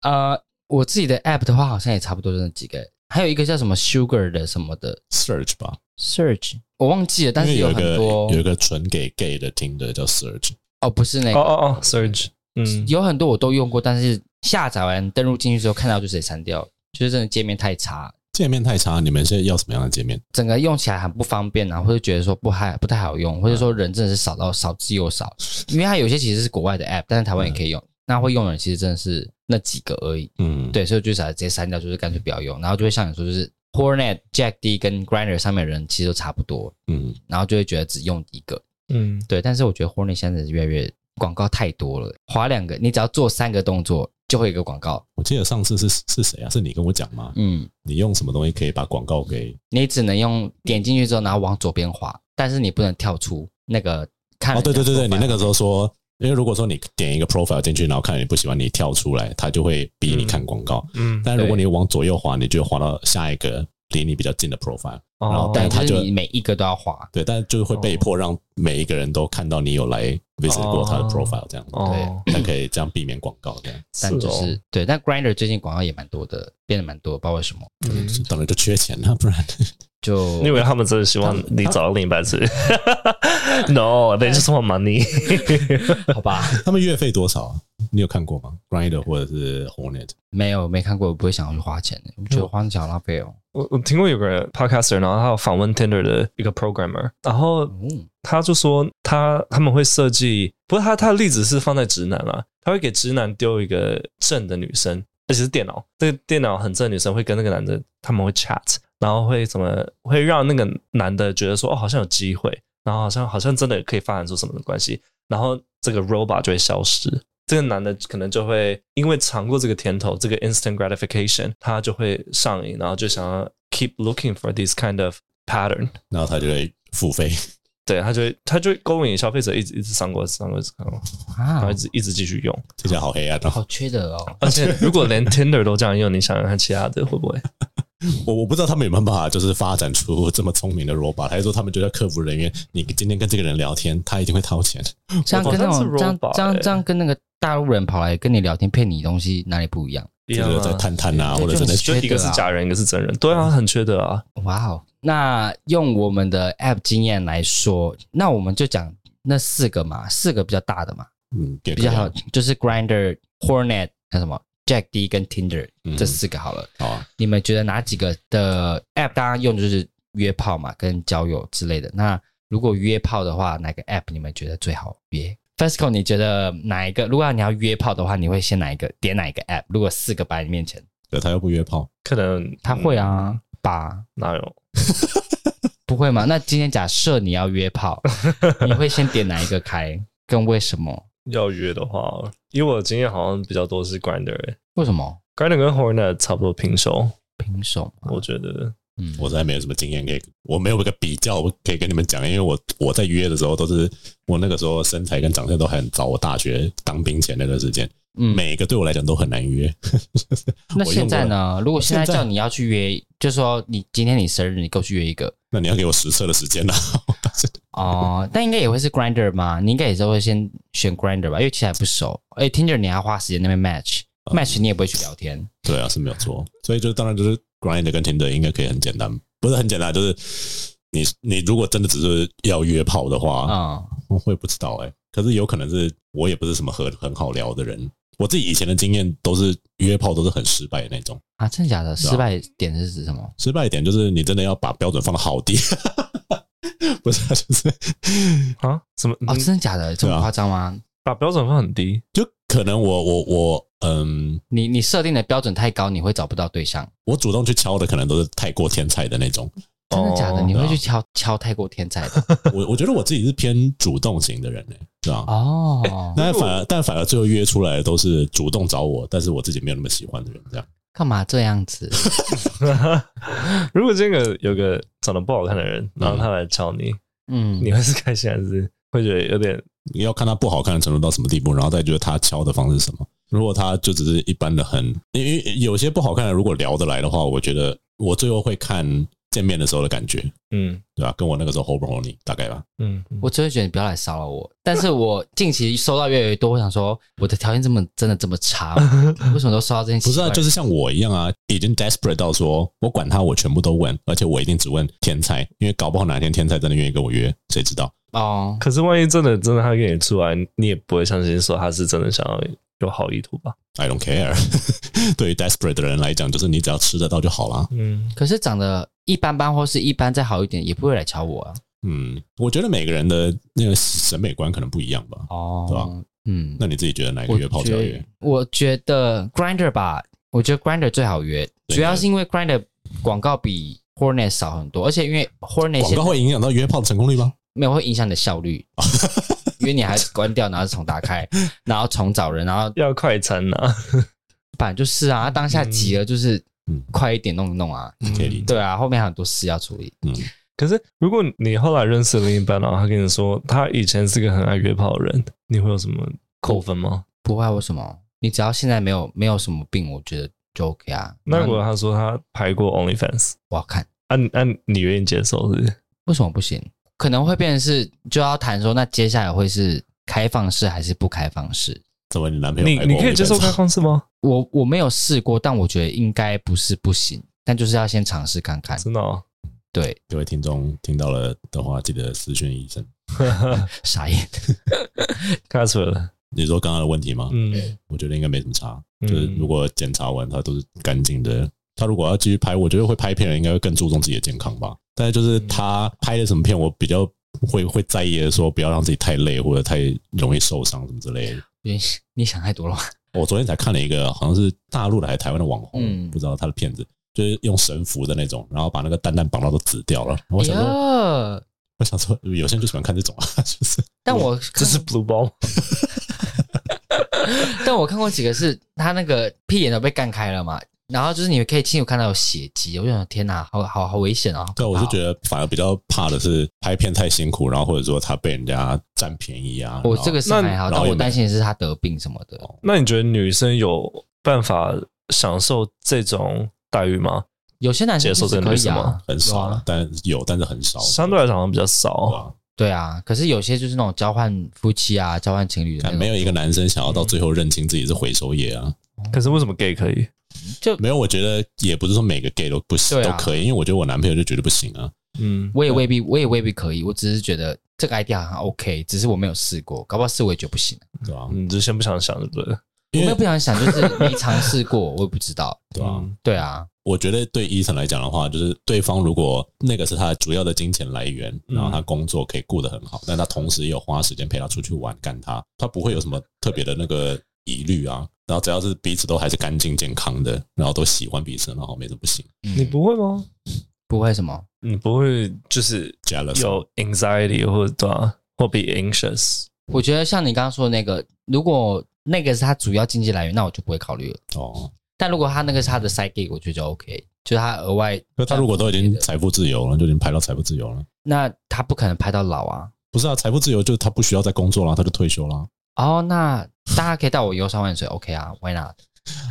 Speaker 2: 呃，我自己的 app 的话，好像也差不多就那几个，还有一个叫什么 Sugar 的什么的
Speaker 1: Search 吧，
Speaker 2: Search，我忘记了，但
Speaker 1: 因
Speaker 2: 是
Speaker 1: 为
Speaker 2: 有
Speaker 1: 一
Speaker 2: 很
Speaker 1: 个
Speaker 2: 多
Speaker 1: 有一个纯给 gay 的听的叫 Search，
Speaker 2: 哦，不是那
Speaker 3: 哦
Speaker 2: 个，
Speaker 3: 哦哦，Surge，嗯，
Speaker 2: 有很多我都用过，但是下载完登录进去之后看到就直接删掉了，就是真的界面太差，
Speaker 1: 界面太差，你们现在要什么样的界面？
Speaker 2: 整个用起来很不方便啊，或者觉得说不太不太好用，或者
Speaker 1: 嗯
Speaker 2: 说人真的是少到少之又少，因为它有些其实是国外的 app，但是台湾也可以用，那会用的人其实真的是那几个而已。
Speaker 1: 嗯，，
Speaker 2: 对，所以我就想直接删掉，就是干脆不要用，然后就会像你说，就是 Hornet、Jack D 跟 Grinder 上面的人其实都差不多，
Speaker 1: 嗯，
Speaker 2: 然后就会觉得只用一个。
Speaker 3: 嗯，
Speaker 2: 对，但是我觉得 Hornet 现在是越来越广告太多了，划两个，你只要做三个动作就会有一个广告。
Speaker 1: 我记得上次是是谁啊？是你跟我讲吗？
Speaker 2: 嗯，
Speaker 1: 你用什么东西可以把广告给？
Speaker 2: 你只能用点进去之后，然后往左边滑，但是你不能跳出那个看。
Speaker 1: 哦，对对对对，你那个时候说，因为如果说你点一个 profile 进去，然后看你不喜欢，你跳出来，它就会逼你看广告。
Speaker 3: 嗯，
Speaker 1: 但如果你往左右滑，你就滑到下一个离你比较近的 profile。
Speaker 3: 然
Speaker 1: 然后
Speaker 2: 对，
Speaker 1: 但它
Speaker 2: 哦就
Speaker 1: 就是
Speaker 2: 你每一个都要滑。
Speaker 1: 对，但就是会
Speaker 3: 哦
Speaker 1: 被迫让每一个人都看到你有来 visit 过他的
Speaker 3: 哦
Speaker 1: profile 这样，
Speaker 3: 哦，
Speaker 1: 才可以这样避免广告这样。
Speaker 2: 但就是
Speaker 3: 哦
Speaker 2: 对，但 Grinder 最近广告也蛮多的，变得蛮多，不知道为什么。
Speaker 3: 嗯
Speaker 1: 就是当然就缺钱了，不然 (laughs)
Speaker 2: 就
Speaker 3: 你以为他们真的希望你找到另一半是 (laughs) ？No，they just want money。
Speaker 2: 好吧，
Speaker 1: 他们月费多少啊？你有看过吗？Grinder 或者是 Hornet？
Speaker 2: 没有没看过，我不会想要去花钱的，我觉得花钱好浪费哦。
Speaker 3: 我我听过有个 podcaster，然后他有访问 Tinder 的一个 programmer，然后
Speaker 2: 嗯，
Speaker 3: 他就说他他们会设计，不过他他的例子是放在直男啦，他会给直男丢一个正的女生，而且是电脑，那个电脑很正的女生会跟那个男的他们会 chat，然后会怎么会让那个男的觉得说哦好像有机会，然后好像好像真的可以发展出什么的关系，然后这个 robot 就会消失。这个男的可能就会因为尝过这个甜头，这个 instant gratification，他就会上瘾，然后就想要 keep looking for this kind of pattern。
Speaker 1: 然后他就会付费。 (laughs)
Speaker 3: 对，他就会他就会勾引消费者一直一直上过上过上过，然
Speaker 2: 啊
Speaker 3: 后一，直一直继续用。
Speaker 1: 听起来好黑暗哦！
Speaker 2: 好缺德哦。
Speaker 3: 而且如果连 Tinder 都这样用，你想想看其他的会
Speaker 1: (laughs)
Speaker 3: 不会？
Speaker 1: 我我不知道他们有没有办法，就是发展出这么聪明的 robot，还是说他们觉得客服人员，你今天跟这个人聊天，他一定会掏钱？
Speaker 2: 这样跟那
Speaker 3: 好像
Speaker 2: 种
Speaker 3: 是
Speaker 2: 这样
Speaker 3: robot
Speaker 2: 这样
Speaker 3: 欸
Speaker 2: 这样跟那个大陆人跑来跟你聊天骗你东西哪里不一样？
Speaker 3: 一
Speaker 1: 就
Speaker 3: 样
Speaker 1: 是在
Speaker 3: 啊，
Speaker 1: 探探啊，
Speaker 2: 对
Speaker 1: 或者是在
Speaker 2: 就
Speaker 3: 就一个是假人，一个是真人，对啊，很缺德啊。
Speaker 2: 哇哦！那用我们的 App 经验来说，那我们就讲那四个嘛，四个比较大的嘛，
Speaker 1: 嗯，比
Speaker 2: 比
Speaker 3: 啊
Speaker 2: 较好，就是 Grinder、Hornet 还有什么 Jack D 跟 Tinder
Speaker 1: 嗯
Speaker 2: 这四个好了。
Speaker 1: 好啊。
Speaker 2: 你们觉得哪几个的 App 大家用就是约炮嘛，跟交友之类的？那如果约炮的话，哪个 App 你们觉得最好约？Fesco，你觉得哪一个？如果你要约炮的话，你会先哪一个点哪一个 App？如果四个摆在你面前，
Speaker 1: 对他又不约炮，
Speaker 3: 可能
Speaker 2: 他会
Speaker 3: 嗯
Speaker 2: 啊，吧？
Speaker 3: 哪有？
Speaker 2: 不会吗？那今天假设你要
Speaker 1: (laughs)
Speaker 2: 约炮，你会先点哪一个开？跟为什么？
Speaker 3: 要约的话，以我的经验好像比较多是 Grinder，
Speaker 2: 为什么
Speaker 3: Grinder 跟 Hornet 差不多平手，
Speaker 2: 平手嘛？
Speaker 3: 我觉得。
Speaker 2: 嗯，
Speaker 1: 我实在没有什么经验可以，我没有一个比较我可以跟你们讲，因为我我在约的时候都是我那个时候身材跟长相都很糟，我大学当兵前那段时间，
Speaker 2: 嗯，
Speaker 1: 每一个对我来讲都很难约。
Speaker 2: 那
Speaker 1: (laughs) 我用
Speaker 2: 现在
Speaker 1: 过
Speaker 2: 呢？如果现在
Speaker 1: 现在
Speaker 2: 叫你要去约，就说你今天你生日，你给我去约一个
Speaker 1: 那你要给我实测的时 (laughs) 间了、
Speaker 2: 哦，但应该也会是 Grinder 嘛？你应该也是会先选 Grinder 吧，因为其实还不熟。而且 Tinder 你还要花时间那边 match、match，你也
Speaker 1: 嗯
Speaker 2: 不会去聊天。
Speaker 1: 对啊，是没有错。所以就当然就是 grind 跟 Tinder 应该可以很简单，不是很简单，就是你你如果真的只是要约炮的话，
Speaker 2: 嗯，
Speaker 1: 我会不知道哎、可是有可能是我也不是什么很很好聊的人，我自己以前的经验都是约炮都是很失败的那种。
Speaker 2: 啊，真的假的？
Speaker 1: 对啊
Speaker 2: 失败点是指什么？
Speaker 1: 失败点就是你真的要把标准放的好低， (laughs) 不是啊，就是
Speaker 3: 啊？什么？
Speaker 2: 哦，
Speaker 3: 嗯
Speaker 2: 真的假的？这么
Speaker 1: 对啊
Speaker 2: 夸张吗？
Speaker 3: 把标准放很低？
Speaker 1: 就可能我我我嗯，
Speaker 2: 你你设定的标准太高，你会找不到对象。
Speaker 1: 我主动去敲的可能都是太过天才的那种。
Speaker 2: 真的假的？
Speaker 3: 哦 (laughs)
Speaker 2: 你会
Speaker 1: 对啊
Speaker 2: 去敲敲泰国
Speaker 1: (laughs)
Speaker 2: 天才的
Speaker 1: 我我觉得我自己是偏主动型的人呢、对啊。
Speaker 2: 哦？
Speaker 1: 那反而但反而最后约出来的都是主动找我，但是我自己没有那么喜欢的人，这样
Speaker 2: 干嘛这样子？
Speaker 3: 如果这个有个长得不好看的人，然后他来敲你，
Speaker 2: 嗯，
Speaker 3: (laughs) 你会是开心还是会觉得有点
Speaker 1: 你要看他不好看的程度到什么地步，然后再觉得他敲的方式是什么。如果他就只是一般的很，因为有些不好看的，如果聊得来的话，我觉得我最后会看见面的时候的感觉，
Speaker 3: 嗯
Speaker 1: 对吧、跟我那个时候 hold 不 hold 你大概吧。
Speaker 3: 嗯
Speaker 2: 我只会觉得你不要来骚扰我。但是我近期收到越来越多，我想说我的条件这么真的这么差吗，
Speaker 1: (laughs)
Speaker 2: 为什么都收到这些奇
Speaker 1: 不
Speaker 2: 怪
Speaker 1: 是
Speaker 2: 的？
Speaker 1: 啊，就是像我一样啊，已经 desperate 到说我管他，我全部都问，而且我一定只问天才，因为搞不好哪天天才真的愿意跟我约，谁知道？
Speaker 2: 哦，
Speaker 3: 可是万一真的真的他跟你出来，你也不会相信说他是真的想要有好意图吧？
Speaker 1: I don't care 。 (laughs) 对于 desperate 的人来讲，就是你只要吃得到就好啦。
Speaker 3: 嗯，
Speaker 2: 可是长得一般般或是一般再好一点，也不会来瞧我啊。
Speaker 1: 嗯，我觉得每个人的那个审美观可能不一样吧。
Speaker 2: 哦，
Speaker 1: 对啊
Speaker 2: 嗯，
Speaker 1: 那你自己觉得哪一个
Speaker 2: 我
Speaker 1: 约炮比较
Speaker 2: 觉
Speaker 1: 约
Speaker 2: 得？我觉得 Grinder 吧，我觉得 Grinder 最好约，
Speaker 1: 对
Speaker 2: 主要是因为 Grinder 广告比 Hornet 少很多，而且因为
Speaker 3: 哎
Speaker 2: Hornet
Speaker 1: 广
Speaker 2: 现
Speaker 1: 告
Speaker 2: 在
Speaker 1: 会影响到约炮的成功率吗？
Speaker 2: 没有会影响你的效率，
Speaker 1: (laughs)
Speaker 2: 因为你还关掉，然后重打开，然后重找人，然后
Speaker 3: 要快餐啊呐、
Speaker 2: 反正就是啊，当下急了就是
Speaker 1: 嗯
Speaker 2: 快一点弄一弄啊，
Speaker 1: 可以理解。
Speaker 2: 对啊，后面还有很多事要处理。
Speaker 1: 嗯，
Speaker 3: 嗯可是如果你后来认识另一半，然后他跟你说他以前是个很爱约炮的人，你会有什么扣分吗？
Speaker 2: 不会为什么？你只要现在没有没有什么病，我觉得就 OK 啊。
Speaker 3: 那如
Speaker 2: 然后
Speaker 3: 果他说他拍过 OnlyFans，
Speaker 2: 我要看
Speaker 3: 按按、啊你愿意接受是不是？
Speaker 2: 为什么不行？可能会变成是就要谈说，那接下来会是开放式还是不开放式？
Speaker 1: 怎么你男朋友
Speaker 3: 你
Speaker 1: 拍过
Speaker 3: 你可以接受
Speaker 1: OnlyFans
Speaker 3: 开
Speaker 1: 吗
Speaker 3: 放式吗？
Speaker 2: 我我没有试过，但我觉得应该不是不行，但就是要先尝试看看。
Speaker 3: 真的、哦，
Speaker 2: 对，
Speaker 1: 各位听众听到了的话，记得私讯医生。
Speaker 2: 傻眼。
Speaker 3: 看得出来了。
Speaker 1: 你说刚刚的问题吗？
Speaker 3: 嗯，
Speaker 1: 我觉得应该没什么差。
Speaker 3: 嗯
Speaker 1: 就是如果检查完它都是干净的，他如果要继续拍，我觉得会拍片人应该会更注重自己的健康吧。但是就是
Speaker 3: 嗯
Speaker 1: 他拍的什么片，我比较会会在意的说，不要让自己太累或者太容易受伤什么之类的。
Speaker 2: 你你想太多了吧？
Speaker 1: 我昨天才看了一个，好像是大陆的还是台湾的网红，
Speaker 2: 嗯
Speaker 1: 不知道他的片子，就是用绳缚的那种，然后把那个蛋蛋绑到都紫掉了。我想说，
Speaker 2: 哎呀
Speaker 1: 我想说，有些人就喜欢看这种啊， (laughs) 就是
Speaker 2: 但我
Speaker 3: 这
Speaker 2: 看
Speaker 3: 是 blue ball，
Speaker 2: (laughs) 但我看过几个是他那个屁眼都被干开了嘛，然后就是你可以清楚看到有血迹，我就想天哪，好好好危险哦！
Speaker 1: 对，我是觉
Speaker 2: 得
Speaker 1: 得反而比较怕的是拍片太辛苦，然后或者说他被人家占便宜啊。
Speaker 2: 我
Speaker 1: 然后
Speaker 2: 这个是还好，
Speaker 1: 那
Speaker 2: 但
Speaker 1: 那
Speaker 2: 我担心的是他得病什么的。
Speaker 1: 哦
Speaker 3: 那你觉得女生有办法享受这种待遇吗？
Speaker 2: 有些男生
Speaker 3: 接受
Speaker 2: 其实
Speaker 3: 这个
Speaker 2: 可
Speaker 3: 没
Speaker 2: 以
Speaker 3: 什
Speaker 2: 啊
Speaker 3: 么，
Speaker 1: 很少
Speaker 2: 有
Speaker 1: 啊
Speaker 2: 啊，
Speaker 1: 但有，但是很少，
Speaker 3: 相对来讲好像比较
Speaker 1: 对
Speaker 3: 少。
Speaker 1: 吧？
Speaker 2: 对啊，可是有些就是那种交换夫妻啊、交换情侣的
Speaker 1: 但
Speaker 2: 那
Speaker 1: 没
Speaker 2: 种，
Speaker 1: 有一个男生想要到
Speaker 2: 嗯
Speaker 1: 最后认清自己是回收业啊。
Speaker 3: 可是为什么 gay 可以？
Speaker 2: 就
Speaker 1: 没有，我觉得也不是说每个 gay 都不行、
Speaker 2: 对
Speaker 1: 都
Speaker 2: 啊
Speaker 1: 可以，因为我觉得我男朋友就绝对不行啊。
Speaker 3: 嗯，
Speaker 2: 我也未必，我也未必可以。我只是觉得这个 idea 很 OK，只是我没有试过，搞不好试我也觉得不行。
Speaker 1: 对吧、
Speaker 3: 嗯你就先不想想，对不对？
Speaker 2: 嗯我
Speaker 1: 因
Speaker 2: 没
Speaker 1: 为
Speaker 2: 有不想想，就是没尝试过，我也不知道。
Speaker 1: 对吧、
Speaker 3: 嗯
Speaker 2: 对啊，
Speaker 1: 我觉得对医生来讲的话，就是对方如果那个是他主要的金钱来源，
Speaker 3: 嗯
Speaker 1: 然后他工作可以顾得很好，但他同时也有花时间陪他出去玩，干他，他不会有什么特别的那个疑虑啊。然后只要是彼此都还是干净健康的，然后都喜欢彼此，然后没什么不行。
Speaker 2: 嗯
Speaker 3: 你不会吗？
Speaker 2: 不会什么？
Speaker 3: 你不会就是
Speaker 1: ，jealous
Speaker 3: 有 anxiety 或者对吧？或 be anxious？
Speaker 2: 我觉得像你刚刚说的那个，如果那个是他主要经济来源，那我就不会考虑了。
Speaker 1: 哦，
Speaker 2: 但如果他那个是他的 side gig，我觉得就 OK，就是他额外。
Speaker 1: 那他如果都已经财富自由了，就已经排到财富自由了。
Speaker 2: 那他不可能拍到老啊。
Speaker 1: 不是啊，财富自由就是他不需要再工作了，他就退休了。
Speaker 2: 哦，那大家可以带我游山玩水，OK 啊，Why not？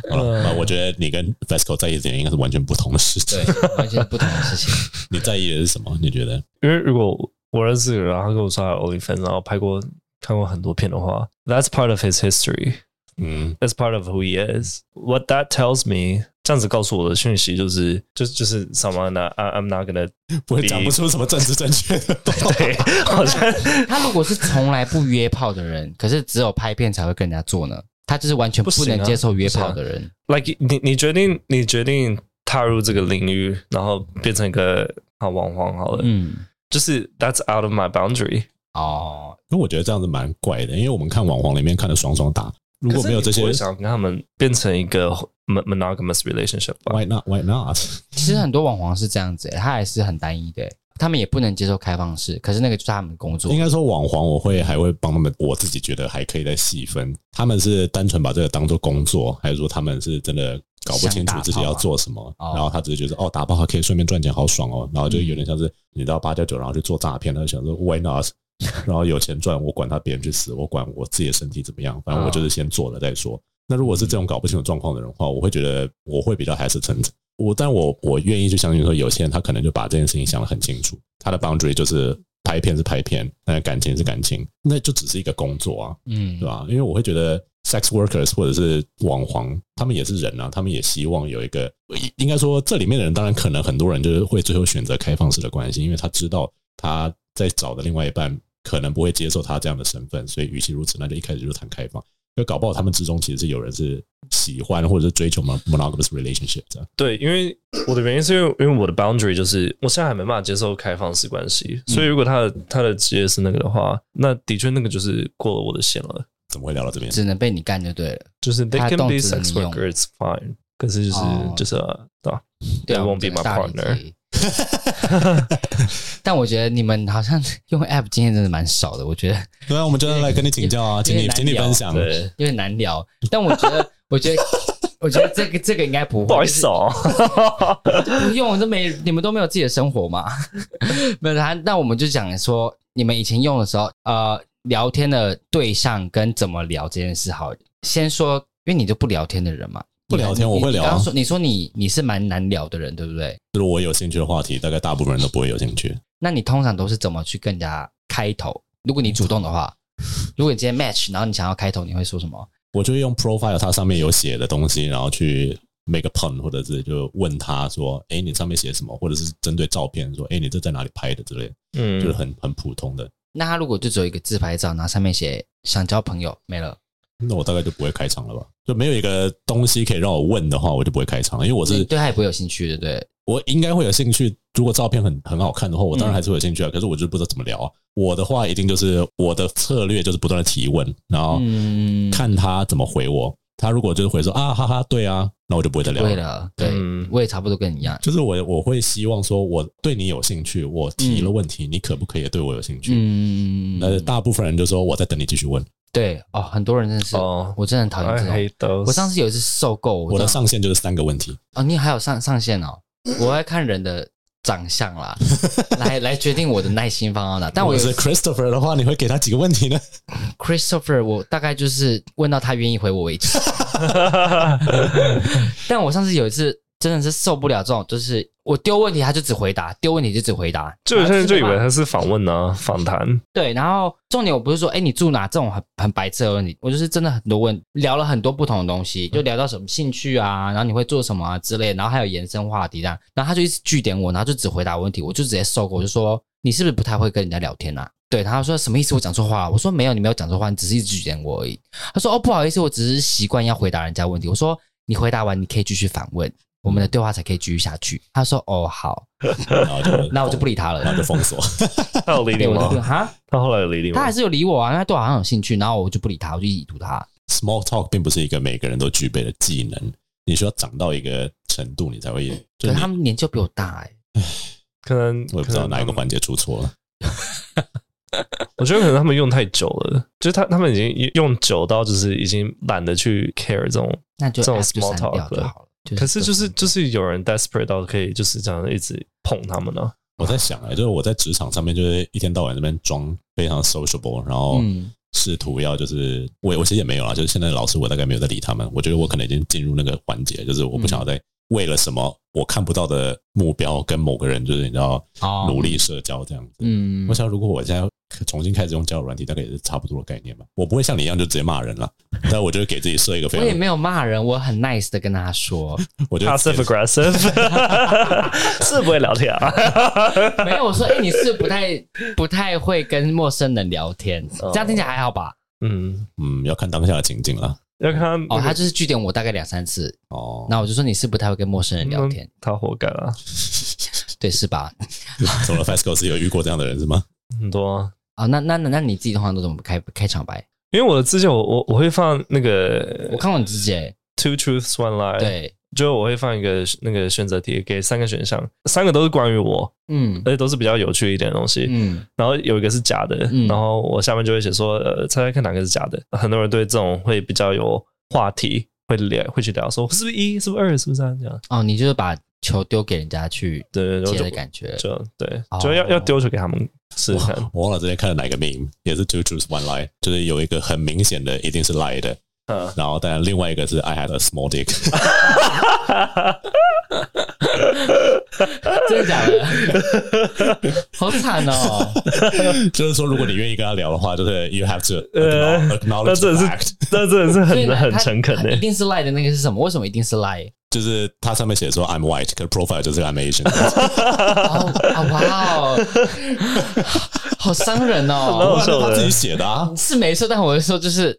Speaker 1: 好了，
Speaker 3: 嗯
Speaker 1: 那我觉得你跟 Fesco 在意的点应该是完全不同的事情
Speaker 2: 对。，完全是不同的事情。
Speaker 1: (laughs) 你在意的是什么？你觉得？
Speaker 3: 因为如果我认识一个人，然后他跟我说他 o n l y f a n 然后拍过看过很多片的话，That's part of his history.
Speaker 1: 嗯，
Speaker 3: That's part of who he is. What that tells me，这样子告诉我的讯息就是，就就是 someone that I, I'm not gonna
Speaker 1: 不会讲不出什么政治正确的东西。
Speaker 3: 对，
Speaker 1: (laughs)
Speaker 3: (laughs) 好像
Speaker 2: (laughs) 他如果是从来不约炮的人，可是只有拍片才会跟人家做呢，他就是完全
Speaker 3: 不
Speaker 2: 不
Speaker 3: 行啊
Speaker 2: 能接受约炮的人。
Speaker 3: like 你你决定你
Speaker 1: 啊
Speaker 3: 决定踏入这个领域，然后变成一个好网红好了，
Speaker 2: 嗯，
Speaker 3: 就是 that's out of my boundary。
Speaker 2: 哦，
Speaker 1: 因为我觉得这样子蛮怪的，因为我们看网黄里面看的爽爽哒，如果没有这些
Speaker 3: 我想跟他们变成一个 mon- monogamous relationship 吧。
Speaker 1: ，Why not? Why not？
Speaker 2: 其实很多网黄是这样子、欸，他还是很单一的欸、他们也不能接受开放式，可是那个就是他们的工作
Speaker 1: 应。该说网黄，我会还会帮他们，我自己觉得还可以再细分，他们是单纯把这个当做工作，还是说他们是真的搞不清
Speaker 3: 啊
Speaker 1: 楚自己要做什么，
Speaker 2: 想打炮啊哦
Speaker 1: 然后他只是觉得哦打炮还可以顺便赚钱，好爽哦，然后就有点像是你到八加九，然后去做诈骗，他就想说 why not？然后有钱赚，我管他别人去死，我管我自己的身体怎么样，反正我就是先做了再说。那如果是这种搞不清楚状况的人的话，我会觉得我会比较 hesitant。我但我我愿意去相信说，有些人他可能就把这件事情想得很清楚，他的 boundary 就是拍片是拍片，那感情是感情，那就只是一个工作啊，
Speaker 2: 嗯
Speaker 1: 对，吧？因为我会觉得 sex workers 或者是网黄，他们也是人啊，他们也希望有一个，应该说这里面的人，当然可能很多人就是会最后选择开放式的关系，因为他知道他在找的另外一半可能不会接受他这样的身份，所以与其如此，那就一开始就谈开放。因为搞不好他们之中其实是有人是喜欢或者是追求 mon- monogamous relationship 这样。
Speaker 3: 对，因为我的原因是因为因为我的 boundary 就是我现在还没办法接受开放式关系，
Speaker 1: 嗯
Speaker 3: 所以如果他的他的职业是那个的话，那的确那个就是过了我的线了。
Speaker 1: 怎么会聊到这边？
Speaker 2: 只能被你干就对了。
Speaker 3: 就是 they
Speaker 2: 他
Speaker 3: can
Speaker 2: 动
Speaker 3: be
Speaker 2: 词
Speaker 3: sex
Speaker 2: 能用
Speaker 3: worker, it's fine。可是就是、
Speaker 2: 哦
Speaker 3: 就是呃对吧？
Speaker 2: 对
Speaker 3: They
Speaker 2: 啊，
Speaker 3: won't
Speaker 2: 我们
Speaker 3: be
Speaker 2: 整个
Speaker 3: my
Speaker 2: 大理
Speaker 3: partner
Speaker 2: 解 (laughs) 但我觉得你们好像用 app 经验真的蛮少的，我觉得
Speaker 1: 对啊，我们就要来跟你请教
Speaker 2: (laughs)
Speaker 1: 啊，请
Speaker 2: 因为
Speaker 1: 你
Speaker 2: 难
Speaker 1: 请你
Speaker 2: 聊
Speaker 1: 分享。
Speaker 3: 对，
Speaker 2: 有点难聊。但我觉得，我觉得，我觉得这个这个应该不会，
Speaker 3: 不好意思哦。 (laughs)
Speaker 2: 不用，都没你们都没有自己的生活嘛？ (laughs) 没有，他那我们就讲说，你们以前用的时候，呃，聊天的对象跟怎么聊这件事好了。先说，因为你就不聊天的人嘛，
Speaker 1: 不聊天
Speaker 2: 你
Speaker 1: 我会聊啊
Speaker 2: 你刚刚说你说你你是蛮难聊的人，对不对？
Speaker 1: 就是我有兴趣的话题，大概大部分人都不会有兴趣。
Speaker 2: 那你通常都是怎么去跟人家开头？如果你主动的
Speaker 1: (laughs)
Speaker 2: 话，如果你今天 match，然后你想要开头，你会说什么？
Speaker 1: 我就会用 profile 它上面有写的东西，然后去 make a pun，或者是就问他说：“哎，你上面写什么？”或者是针对照片说：“哎，你这在哪里拍的？”之类的，就是
Speaker 3: 嗯，
Speaker 1: 很很普通的。
Speaker 2: 那他如果就只有一个自拍照，然后上面写想交朋友，没了。
Speaker 1: 那我大概就不会开场了吧？就没有一个东西可以让我问的话，我就不会开场了，因为我
Speaker 2: 你
Speaker 1: 是
Speaker 2: 对他也不会有兴趣，对不对？
Speaker 1: 我应该会有兴趣。如果照片很很好看的话，我当然还是会有兴趣啊。可是我就是不知道怎么聊啊。我的话一定就是我的策略就是不断的提问，然后
Speaker 2: 嗯，
Speaker 1: 看他怎么回我。他如果就是回说啊哈哈，对啊，那我就不会再聊
Speaker 2: 对
Speaker 1: 了。
Speaker 2: 了，对，
Speaker 3: 嗯
Speaker 2: 我也差不多跟你一样。
Speaker 1: 就是我我会希望说，我对你有兴趣，我提了问题，你可不可以也对我有兴趣？
Speaker 2: 嗯，
Speaker 1: 那大部分人就说我在等你继续问，
Speaker 2: 对哦，很多人真的是，
Speaker 3: 哦
Speaker 2: 我真的很讨厌
Speaker 3: ，I
Speaker 2: 这种。
Speaker 3: hate those。
Speaker 2: 我上次有一次受够，
Speaker 1: 哎我的
Speaker 2: 真
Speaker 1: 上限就是三个问题。
Speaker 2: 哦，你还有上上限哦，我要看人的长
Speaker 1: (laughs)
Speaker 2: 相啦，来来决定我的耐心放到哪。但我
Speaker 1: 如
Speaker 2: 有
Speaker 1: 果是 Christopher 的话，你会给他几个问题
Speaker 2: (laughs)
Speaker 1: 呢？
Speaker 2: Christopher，我大概就是问到他愿意回我为
Speaker 1: (laughs)
Speaker 2: 止。但我上次有一次真的是受不了这种，就是我丢问题他就只回答，丢问题就只回答，
Speaker 3: (laughs) 就有些人就以为
Speaker 2: 然后
Speaker 3: 他是访
Speaker 2: (laughs)
Speaker 3: 问呢、访谈。
Speaker 2: 对，然后重点我不是说，哎，你住哪这种很很白痴的问题，我就是真的很多问，聊了很多不同的东西，就聊到什么兴趣啊，然后你会做什么啊之类的，然后还有延伸话题这样，然后他就一直据点我，然后就只回答我问题，我就直接受够，我就说你是不是不太会跟人家聊天啊？对，他说什么意思？我讲错话了？我说没有，你没有讲错话，你只是一直据点我而已。他说哦，不好意思，我只是习惯要回答人家问题。我说你回答完，你可以继续反问，我们的对话才可以继续下去。他说哦好，
Speaker 1: 然后就
Speaker 2: 那我就不理他
Speaker 1: 然后
Speaker 2: 了。
Speaker 1: 就封锁。 (laughs)
Speaker 3: 他有理你
Speaker 2: 对，我就不
Speaker 3: 吗？
Speaker 2: 哈。
Speaker 3: 他后来有理你
Speaker 2: 他
Speaker 3: 吗
Speaker 2: 还？是有理我啊，因为他对我好像有兴趣，然后我就不理他，我就已读他。
Speaker 1: Small talk 并不是一个每个人都具备的技能，你需要长到一个程度，你才会。就是
Speaker 2: 可
Speaker 1: 你
Speaker 2: 是他们年纪又比我大哎、
Speaker 3: 可能
Speaker 1: 我也不知道哪一个
Speaker 3: 环。
Speaker 1: 环节出错了。
Speaker 3: 我觉得可能他们用太久了，就是他他们已经用久到就是已经懒得去 care 这种。
Speaker 2: 那就
Speaker 3: 这种
Speaker 2: app 就
Speaker 3: small
Speaker 2: 删掉
Speaker 3: talk
Speaker 2: 就好了。就
Speaker 3: 可是就是就是有人 desperate 到可以就是这样一直碰他们呢、
Speaker 1: 我在想啊，就是我在职场上面，就是一天到晚那边装非常 sociable，然
Speaker 3: 哦
Speaker 1: 后
Speaker 2: 嗯
Speaker 1: 试图要就是我我其实也没有啦，就是现在老师我大概没有在理他们，我觉得我可能已经进入那个环节，就是我不想要
Speaker 2: 嗯
Speaker 1: 再为了什么我看不到的目标跟某个人就是你知道
Speaker 2: 哦
Speaker 1: 努力社交这样子。
Speaker 2: 嗯
Speaker 1: 我，想如果我现在重新开始用交友软体，大概也是差不多的概念吧。我不会像你一样就直接骂人
Speaker 2: (laughs)
Speaker 1: 了，但我就会给自己设一个非
Speaker 2: 我也
Speaker 1: 常，
Speaker 2: 没有骂人，我很 nice 的跟他说，
Speaker 1: 我就
Speaker 3: passive
Speaker 1: (laughs)
Speaker 3: aggressive 是不会聊天
Speaker 2: (laughs)
Speaker 3: 啊。
Speaker 2: 没有我说哎、你是不是不太不太会跟陌生人聊天，
Speaker 3: 哦
Speaker 2: 这样听起来还好吧？
Speaker 3: 嗯，
Speaker 1: 嗯，要看当下的情境了。
Speaker 3: 要看他、
Speaker 2: 哦，
Speaker 3: 那
Speaker 2: 他
Speaker 3: 个
Speaker 2: 就是据点我大概两三次，
Speaker 1: 哦，
Speaker 3: 嗯
Speaker 2: 那我就说你是不太会跟陌生人聊天，
Speaker 3: 他活该了。
Speaker 2: 对，是吧？
Speaker 1: 怎么了？FESCO 是有遇过这样的人是吗？
Speaker 3: 很多啊。
Speaker 2: 啊，那那那那你自己通常都怎么开开场白？
Speaker 3: 因为我的自荐，我我我会放那
Speaker 2: 我
Speaker 3: 个
Speaker 2: 看过你自己、欸，
Speaker 3: two truths one lie，，
Speaker 2: 对，
Speaker 3: 就我会放一个那个选择题，给三个选项，三个都是关于我，
Speaker 2: 嗯
Speaker 3: 而且都是比较有趣一点的东西。
Speaker 2: 嗯，
Speaker 3: 然后有一个是假的，
Speaker 2: 嗯
Speaker 3: 然后我下面就会写说，呃，猜猜看哪个是假的。很多人对这种会比较有话题，会聊，会去聊说是不是一，是不是二，是不是三这样。
Speaker 2: 哦，你就是把球丢给人家去
Speaker 3: 对对
Speaker 2: 接
Speaker 3: 对，
Speaker 2: 的
Speaker 3: 我
Speaker 2: 感觉
Speaker 3: 就，就对
Speaker 2: 哦，
Speaker 3: 就要要丢球给他们试试看。
Speaker 1: 我忘了之前看了哪个 meme，也是 two truths one lie，就是有一个很明显的一定是 lie 的，
Speaker 3: 嗯，
Speaker 1: 然后当然另外一个是 I had a small
Speaker 3: (laughs)
Speaker 1: dick， (laughs)
Speaker 2: 真的假的？ (laughs) 好惨哦！
Speaker 1: 就是说如果你愿意跟他聊的话，就是 you have to
Speaker 3: 呃
Speaker 1: acknowledge,
Speaker 3: 那
Speaker 1: acknowledge
Speaker 3: 真
Speaker 1: the
Speaker 3: 的是
Speaker 1: fact，
Speaker 3: 但真的
Speaker 2: (laughs)
Speaker 3: 是
Speaker 2: 所以呢
Speaker 3: (laughs) 很
Speaker 2: 啊
Speaker 3: 很
Speaker 2: 他
Speaker 3: 诚恳欸
Speaker 2: 一
Speaker 3: 的。
Speaker 2: 定是赖的那个是什么？为什么一定是
Speaker 3: (laughs)
Speaker 2: 赖？
Speaker 1: 就是它上面写说 I'm white，可是 profile 就是 I'm Asian，
Speaker 2: 哦，啊哇哦， (laughs) 好伤人
Speaker 3: 然
Speaker 2: 哦！
Speaker 3: 后
Speaker 1: 是他自己写的啊。
Speaker 2: 是没错，但我是说就是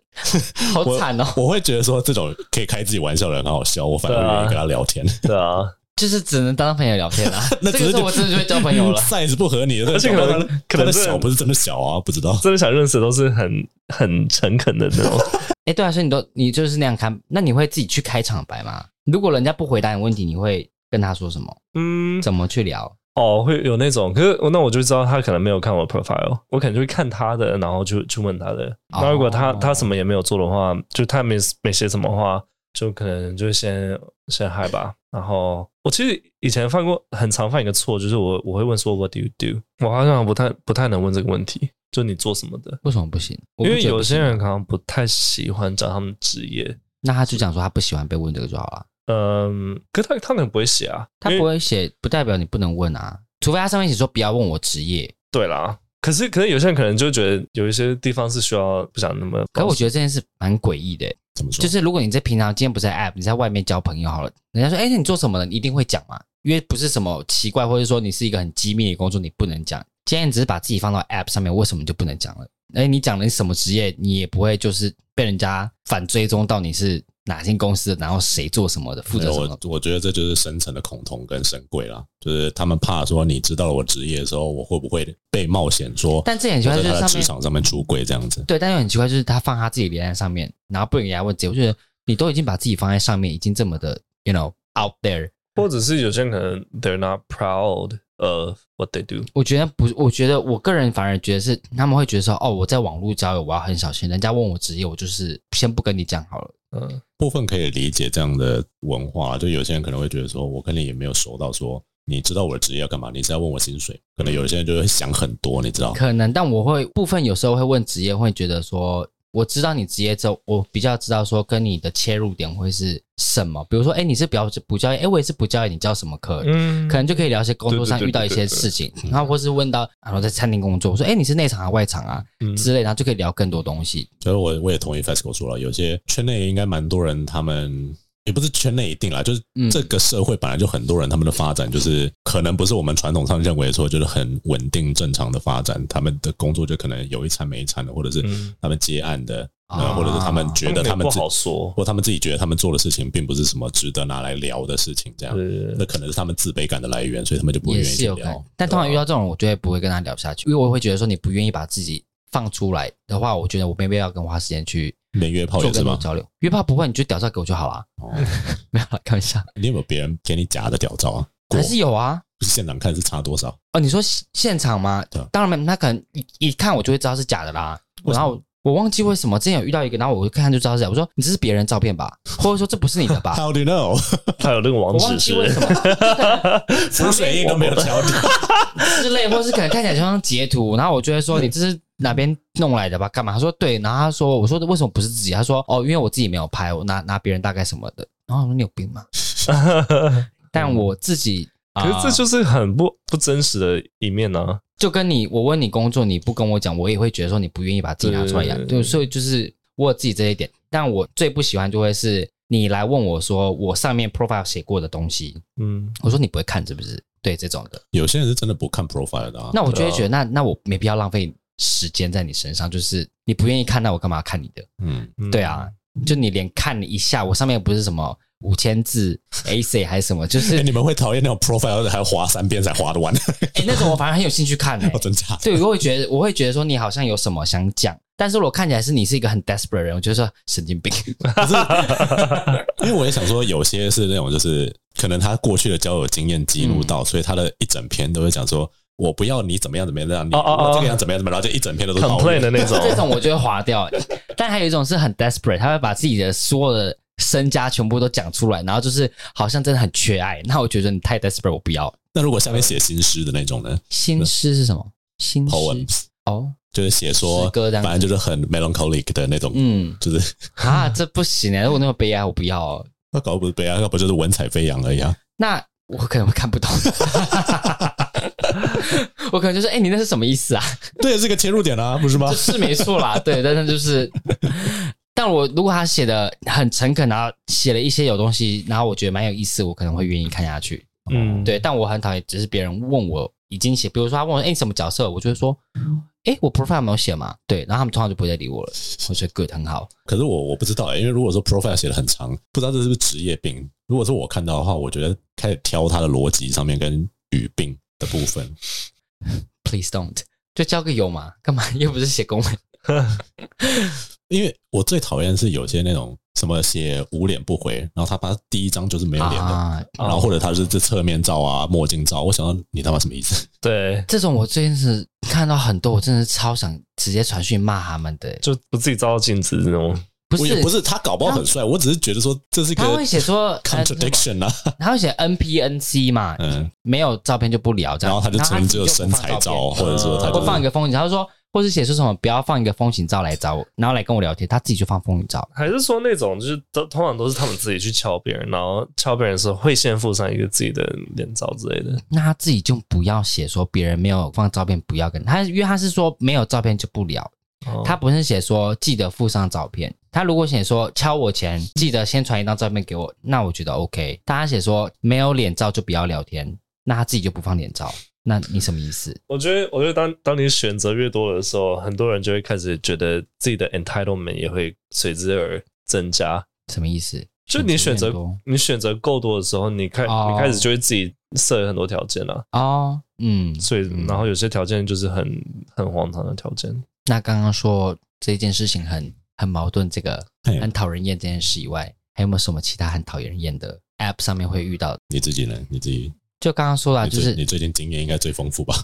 Speaker 2: 好
Speaker 1: 我
Speaker 2: 惨哦，
Speaker 1: 我会觉得说这种可以开自己玩笑的人很好笑，我反而
Speaker 3: 对啊
Speaker 1: 愿意跟他聊天。
Speaker 3: 对啊，
Speaker 2: 就是只能当朋友聊
Speaker 3: (laughs)
Speaker 2: 天啦。啊
Speaker 1: 那
Speaker 2: 这
Speaker 1: 只
Speaker 2: 个
Speaker 1: 是。
Speaker 2: 时候我真的就会交朋友了
Speaker 1: size (laughs) 不合你的，
Speaker 3: 而且可能
Speaker 1: 他的
Speaker 3: 可能
Speaker 1: 他的
Speaker 3: 是
Speaker 1: 小不是真的小啊，不知道。
Speaker 3: 真的想认识的都是很很诚恳的那种。
Speaker 2: (laughs) 哎，对啊，所以你都你就是那样看，那你会自己去开场白吗？如果人家不回答你问题，你会跟他说什么？
Speaker 3: 嗯，
Speaker 2: 怎么去聊？
Speaker 3: 哦，会有那种，可是我那我就知道他可能没有看我的 profile，我可能就会看他的，然后就去问他的。
Speaker 2: 哦
Speaker 3: 那如果他他什么也没有做的话，就他没没写什么话，就可能就先先嗨吧。然后我其实以前犯过很常犯一个错，就是我我会问说 What do you do？我好像不太不太能问这个问题，就你做什么的，
Speaker 2: 为什么不行？我
Speaker 3: 因
Speaker 2: 不
Speaker 3: 为
Speaker 2: 觉得
Speaker 3: 有
Speaker 2: 不行
Speaker 3: 些人可能不太喜欢讲他们职业。
Speaker 2: 那他就讲说他不喜欢被问这个就好了。
Speaker 3: 嗯，可是他他可能不会写啊，
Speaker 2: 他
Speaker 3: 因为
Speaker 2: 不会写，不代表你不能问啊，除非他上面写说不要问我职业。
Speaker 3: 对啦。可是，可是有些人可能就觉得有一些地方是需要不想那么保守。
Speaker 2: 可
Speaker 1: 哦
Speaker 2: 是我觉得这件事蛮诡异的，欸
Speaker 1: 怎么说？
Speaker 2: 就是如果你在平常今天不在 App，你在外面交朋友好了，人家说哎、那你做什么的，你一定会讲嘛，因为不是什么奇怪，或者说你是一个很机密的工作，你不能讲。今天你只是把自己放到 App 上面，为什么你就不能讲了？哎、你讲了你什么职业，你也不会就是被人家反追踪到你是哪间公司的，然后谁做什么的，负责什么
Speaker 1: 我我觉得这就是深层的恐同跟神贵啦，就是他们怕说你知道了我职业的时候，我会不会被冒险说，
Speaker 2: 但这也很奇
Speaker 1: 我
Speaker 2: 怪，就
Speaker 1: 在
Speaker 2: 是
Speaker 1: 他的
Speaker 2: 上
Speaker 1: 职
Speaker 2: 面
Speaker 1: 场上面出轨这样子。
Speaker 2: 对，但又很奇怪，就是他放他自己连在上面，然后不给人家问自己，我觉得你都已经把自己放在上面，已经这么的，you know out there。
Speaker 3: 或者是有些人可能 they're not proud of what they do。
Speaker 2: 我觉得不，我觉得我个人反而觉得是他们会觉得说，哦，我在网络交友，我要很小心，人家问我职业，我就是先不跟你讲好了。
Speaker 3: 嗯，
Speaker 1: 部分可以理解这样的文化，就有些人可能会觉得说，我跟你也没有熟到说，你知道我的职业要干嘛，你是要问我薪水，可能有些人就会想很多，你知道。
Speaker 2: 可能，但我会部分有时候会问职业，会觉得说，我知道你职业之后，我比较知道说跟你的切入点会是什么。比如说，哎，你是表补教业，哎，我也是补教业，你教什么课？
Speaker 3: 嗯
Speaker 2: 可能就可以聊一些工作上
Speaker 3: 对对对
Speaker 2: 遇到一些
Speaker 3: 对对
Speaker 2: 事情，
Speaker 1: 嗯
Speaker 2: 然后或是问到，然后在餐厅工作，我说，哎，你是内场啊、外场啊
Speaker 3: 嗯
Speaker 2: 之类的，然后就可以聊更多东西。
Speaker 1: 所以我我也同意 FESCO 说了，有些圈内应该蛮多人，他们也不是圈内一定啦，就是
Speaker 2: 嗯
Speaker 1: 这个社会本来就很多人，他们的发展就是可能不是我们传统上认为说就是很稳定正常的发展，他们的工作就可能有一餐没一餐的，或者是
Speaker 3: 嗯
Speaker 1: 他们接案的，
Speaker 2: 啊
Speaker 1: 呃，或者是他们觉得他
Speaker 3: 他们
Speaker 1: 们
Speaker 3: 也
Speaker 1: 自
Speaker 3: 不好说
Speaker 1: 或他们自己觉得他们做的事情并不是什么值得拿来聊的事情，这样。
Speaker 3: 对
Speaker 1: 那可能是他们自卑感的来源，所以他们就不
Speaker 2: 也
Speaker 1: 愿意
Speaker 2: 是
Speaker 1: 去
Speaker 2: 有可能
Speaker 1: 聊。，啊
Speaker 2: 但通常遇到这种人，我就会不会跟他聊下去，因为我会觉得说你不愿意把自己放出来的话，我觉得我没必要跟花时间去
Speaker 1: 连约炮
Speaker 2: 做
Speaker 1: 也是
Speaker 2: 更多
Speaker 1: 吗？
Speaker 2: 交流。约炮不会，你就屌照给我就好了。啊
Speaker 1: 哦
Speaker 2: (laughs) 没有啦，开玩笑，
Speaker 1: 你有没有别人给你假的屌照啊？过
Speaker 2: 还是有啊。
Speaker 1: 现场看是差多少？
Speaker 2: 哦，你说现现场吗
Speaker 1: 对啊？
Speaker 2: 当然没，那可能一一看我就会知道是假的啦。
Speaker 1: 为什
Speaker 2: 然
Speaker 1: 么
Speaker 2: 后我忘记为什么之前有遇到一个，然后我看就知道是假的。我说你这是别人照片吧，或者说这不是你的吧？
Speaker 1: How do you know？
Speaker 3: 他有那个网
Speaker 2: 我忘
Speaker 3: 址
Speaker 2: 记为
Speaker 3: 是
Speaker 2: 什
Speaker 1: 浮
Speaker 2: 么
Speaker 1: 水印都没有调掉。
Speaker 2: (laughs) 之类，或是可能看起来就像截图，然后我就会说你这是哪边弄来的吧？干嘛？他说对，然后他说我说为什么不是自己？他说哦，因为我自己没有拍，我拿拿别人大概什么的。然后我说你有 (laughs) 病吗？但我自己，
Speaker 3: 可是这
Speaker 2: 啊
Speaker 3: 就是很不不真实的一面啊呢、
Speaker 2: 就跟你，我问你工作，你不跟我讲，我也会觉得说你不愿意把自己拿出来养。
Speaker 3: 对
Speaker 2: 对，所以就是我有自己这一点，但我最不喜欢就会是你来问我说我上面 profile 写过的东西，
Speaker 3: 嗯，
Speaker 2: 我说你不会看是不是？对这种的，
Speaker 1: (laughs) 有些人是真的不看 profile 的啊。
Speaker 2: 那我就会觉得那那我没必要浪费时间在你身上，就是你不愿意看，那我干嘛看你的？啊
Speaker 1: 嗯，
Speaker 3: 嗯
Speaker 2: 对啊，，就你连看一下，我上面不是什么五千字 A C 还是什么，就是
Speaker 1: 哎、(laughs)
Speaker 2: 哎、
Speaker 1: 你们会讨厌那种 profile 还要划三遍才划得完，
Speaker 2: 那种我反而很有兴
Speaker 1: (laughs)
Speaker 2: 趣看、欸
Speaker 1: 哦，，真假的？
Speaker 2: (laughs) 对，我会觉得我会觉得说你好像有什么想讲，但是我看起来是你是一个很 desperate 的人，我就说神经病。
Speaker 1: 因为我也想说，有些是那种就是可能他过去的交友经验记录到，所以他的一整篇都会讲说。我不要你怎么样怎么样，让你
Speaker 3: 哦哦哦
Speaker 1: 我这个样怎么样怎么样，然后就一整篇都是抱
Speaker 3: complain
Speaker 1: 怨
Speaker 3: 的
Speaker 2: (laughs)
Speaker 3: 那种，
Speaker 2: (laughs) 这种我就会划掉、欸但还有一种是很 desperate，他会把自己的所有的身家全部都讲出来，然后就是好像真的很缺爱。那我觉得你太 desperate，我不要。
Speaker 1: 那如果下面写新诗的那种呢
Speaker 2: 新诗是什么？嗯新诗
Speaker 1: ？Poems
Speaker 2: 哦，
Speaker 1: 就是写说
Speaker 2: 诗歌这样，子
Speaker 1: 反正就是很 melancholic 的那种，
Speaker 2: 嗯
Speaker 1: 就是
Speaker 2: 啊，这不行哎、如果那么悲哀，我不要、哦。
Speaker 1: 那搞不是悲哀，要不就是文采飞扬而已啊。
Speaker 2: 那我可能会看不懂， (laughs) 我可能就说，哎、你那是什么意思啊？
Speaker 1: 这也是个切入点啊，不是吗
Speaker 2: 就？是没错啦，对，但是就是，但我如果他写的很诚恳，然后写了一些有东西，然后我觉得蛮有意思，我可能会愿意看下去。
Speaker 3: 嗯，
Speaker 2: 对，但我很讨厌，只是别人问我已经写，比如说他问我，哎、你什么角色？我就会说，哎、我 profile 有没有写嘛？对，然后他们通常就不会再理我了。我觉得 good 很好，
Speaker 1: 可是我我不知道、欸，因为如果说 profile 写的很长，不知道这是不是职业病。如果是我看到的话，我觉得开始挑它的逻辑上面跟语病的部分。
Speaker 2: please don't，就交个友嘛，干嘛？又不是写公文。
Speaker 1: 因为我最讨厌是有些那种什么写无脸不回，然后他把第一张就是没有脸的，
Speaker 2: 啊，
Speaker 1: 然后或者他是这侧面照啊、墨镜照，我想到你他妈什么意思？
Speaker 3: (laughs) 对，
Speaker 2: 这种我最近是看到很多，我真的是超想直接传讯骂他们的、
Speaker 3: 就不自己照照镜子那种，
Speaker 2: 不
Speaker 1: 我
Speaker 2: 是
Speaker 1: 也不是他搞不好很帅，我只是觉得说这是一个
Speaker 2: 他会写
Speaker 1: (laughs)
Speaker 2: 说呃
Speaker 1: contradiction 啊，
Speaker 2: 他会写 N P N C 嘛，
Speaker 1: 嗯
Speaker 2: 没有照片就不聊这
Speaker 1: 然
Speaker 2: 样。
Speaker 1: 后他就
Speaker 2: 自
Speaker 1: 纯
Speaker 2: 己
Speaker 1: 只有身材照，啊
Speaker 2: 不
Speaker 1: 或者说他
Speaker 2: 放照片，
Speaker 1: 就
Speaker 2: 或
Speaker 1: 是
Speaker 2: 放一个风景照，他说，或是写说什么不要放一个风景照来找我，然后来跟我聊天，他自己就放风景照。
Speaker 3: 还是说那种就是都通常都是他们自己去敲别人，然后敲别人的时候会先附上一个自己的脸照之类的。
Speaker 2: 那他自己就不要写说别人没有放照片，不要跟他，因为他是说没有照片就不聊，
Speaker 3: 哦
Speaker 2: 他不是写说记得附上照片。他如果写说敲我前记得先传一张照片给我，那我觉得 OK。但他写说没有脸照就不要聊天，那他自己就不放脸照，那你什么意思？
Speaker 3: 我觉得，我觉得当当你选择越多的时候，很多人就会开始觉得自己的 entitlement 也会随之而增加。
Speaker 2: 什么意思？
Speaker 3: 就你选择
Speaker 2: 很多
Speaker 3: 你选择够多的时候，你开
Speaker 2: 哦
Speaker 3: 你开始就会自己设很多条件啊，
Speaker 2: 哦，嗯，
Speaker 3: 所以
Speaker 2: 嗯
Speaker 3: 然后有些条件就是很很荒唐的条件。
Speaker 2: 那刚刚说这件事情很很矛盾，这个
Speaker 1: 嘿
Speaker 2: 很讨人厌这件事以外，还有没有什么其他很讨人厌的 App 上面会遇到的？
Speaker 1: 你自己呢？你自己，
Speaker 2: 就刚刚说了，
Speaker 1: 你
Speaker 2: 就
Speaker 1: 最你
Speaker 2: 是
Speaker 1: 最近经验应该最丰富吧？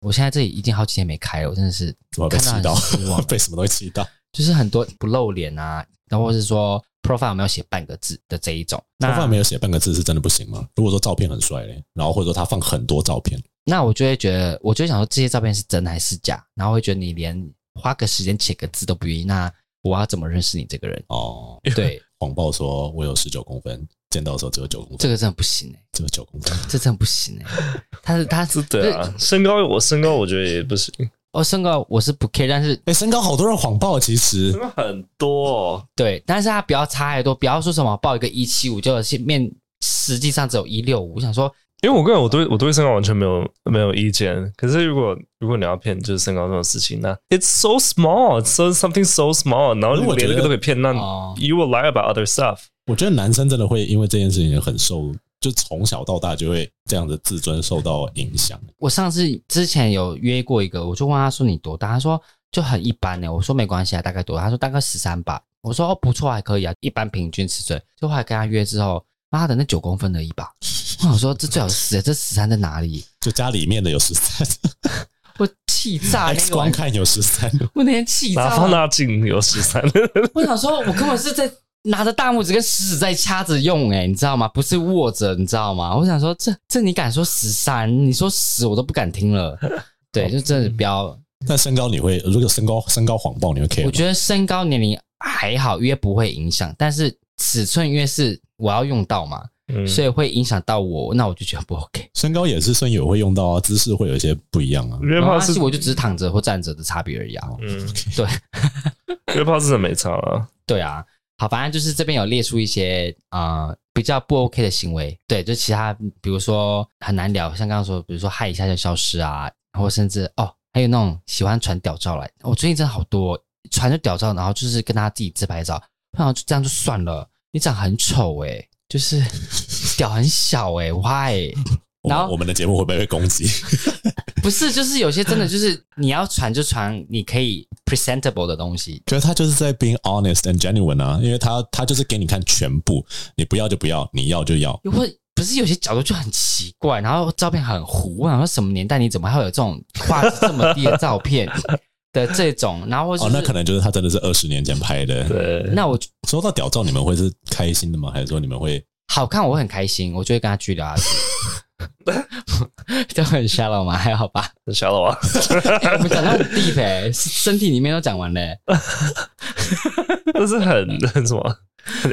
Speaker 2: 我现在这里已经好几天没开了，我真的是
Speaker 1: 我被气
Speaker 2: 看到
Speaker 1: 到，
Speaker 2: 很失，望
Speaker 1: (laughs) 被什么东西气到？
Speaker 2: 就是很多不露脸啊，然后或是说 profile 有没有写半个字的这一种。
Speaker 1: 头发
Speaker 2: 那
Speaker 1: 没有写半个字是真的不行吗？如果说照片很帅嘞，然后或者说他放很多照片，
Speaker 2: 那我就会觉得，我就会想说这些照片是真的还是假，然后会觉得你连花个时间写个字都不愿意，那我要怎么认识你这个
Speaker 3: (laughs)
Speaker 2: 人？
Speaker 1: 哦，
Speaker 2: 对，
Speaker 1: 谎报说我有十九公分，见到的时候只有九公分，
Speaker 2: 这个真的不行哎、
Speaker 1: 只有九公分，
Speaker 2: 这真的不行哎、 (laughs) 他是他
Speaker 3: 是对啊，身高我身高我觉得也不行，
Speaker 2: 哦，身高我是不 care，但是
Speaker 1: 哎，身高好多人谎报，其实
Speaker 3: 身高很多、哦。
Speaker 2: 对，但是他不要差太多，不要说什么报一个一七五，就是面实际上只有一六五。我想说，
Speaker 3: 因为我个人我对我对身高完全没有没有意见，可是如果如果你要骗就是身高这种事情，那 it's so small, it's so something so small，然后
Speaker 1: 可是
Speaker 3: 你
Speaker 1: 我觉
Speaker 3: 连
Speaker 1: 得
Speaker 3: 这个都可以骗，那
Speaker 2: 哦
Speaker 3: you will lie about other stuff。
Speaker 1: 我觉得男生真的会因为这件事情很受，就从小到大就会这样的自尊受到影响。
Speaker 2: 我上次之前有约过一个，我就问他说你多大，他说就很一般呢、我说没关系啊，大概多大？他说大概十三吧。我说哦不错，还可以啊，一般平均尺寸。就后来跟他约之后，妈的那九公分而已吧。我想说这最好是十，这十三在哪里？
Speaker 1: 就家里面的有十
Speaker 2: (laughs)
Speaker 1: 三
Speaker 2: 我气炸啊那
Speaker 1: ，X
Speaker 2: 个
Speaker 1: 光
Speaker 2: 晚上，
Speaker 1: 看有十三，
Speaker 2: 我那天气炸
Speaker 3: 拿
Speaker 2: 了。
Speaker 3: 放大镜有十三，
Speaker 2: 我想说，我根本是在拿着大拇指跟食指在掐着用、欸，你知道吗？不是握着，你知道吗？我想说，这这你敢说十三？你说十，我都不敢听了。对，就真的不要。
Speaker 1: 但身高你会，如果身高身高谎报，你会 care
Speaker 2: 我
Speaker 1: 吗？
Speaker 2: 觉得身高年龄还好，因为不会影响，但是尺寸因为是我要用到嘛，
Speaker 3: 嗯，
Speaker 2: 所以会影响到我，那我就觉得不 OK。
Speaker 1: 身高也是身友会用到啊，姿势会有一些不一样啊。
Speaker 3: (laughs) 约
Speaker 2: 没
Speaker 3: 炮
Speaker 2: 关系，
Speaker 3: 是
Speaker 2: 我就只是躺着或站着的差别而已啊。
Speaker 3: 嗯， (laughs)
Speaker 2: 对
Speaker 3: 约炮是很没差啊。
Speaker 2: 对啊，好，反正就是这边有列出一些呃比较不 OK 的行为，对，就其他比如说很难聊，像刚刚说，比如说嗨一下就消失啊，然后甚至哦，还有那种喜欢传屌照哦来，我、最近真的好多传着屌照，然后就是跟他自己自拍照，然后就这样就算了，你长很丑哎、就是屌很小哎、why？
Speaker 1: (laughs) 我
Speaker 2: 然
Speaker 1: 们
Speaker 2: 后
Speaker 1: 我们的节目会不会被攻击？
Speaker 2: 不是，就是有些真的就是你要传就传，你可以 presentable 的东西，
Speaker 1: 可是他就是在 being honest and genuine 啊，因为他他就是给你看全部，你不要就不要，你要就要。
Speaker 2: 又或不是有些角度就很奇怪，然后照片很糊，然后什么年代你怎么还会有这种画质这么低的照片的这种，然后、就是、
Speaker 1: 哦，那可能就是他真的是二十年前拍的。
Speaker 3: 对，
Speaker 2: (laughs) 那我
Speaker 1: 说到屌照，你们会是开心的吗？还是说你们会
Speaker 2: 好看我会很开心，我就会跟他去聊下
Speaker 1: (laughs)
Speaker 2: 去，这很瞎了吗？还好吧，
Speaker 3: 那小老王，
Speaker 2: 哎我们讲到很 deep 哎、身体里面都讲完嘞、
Speaker 1: 哦
Speaker 3: 这是很很什么很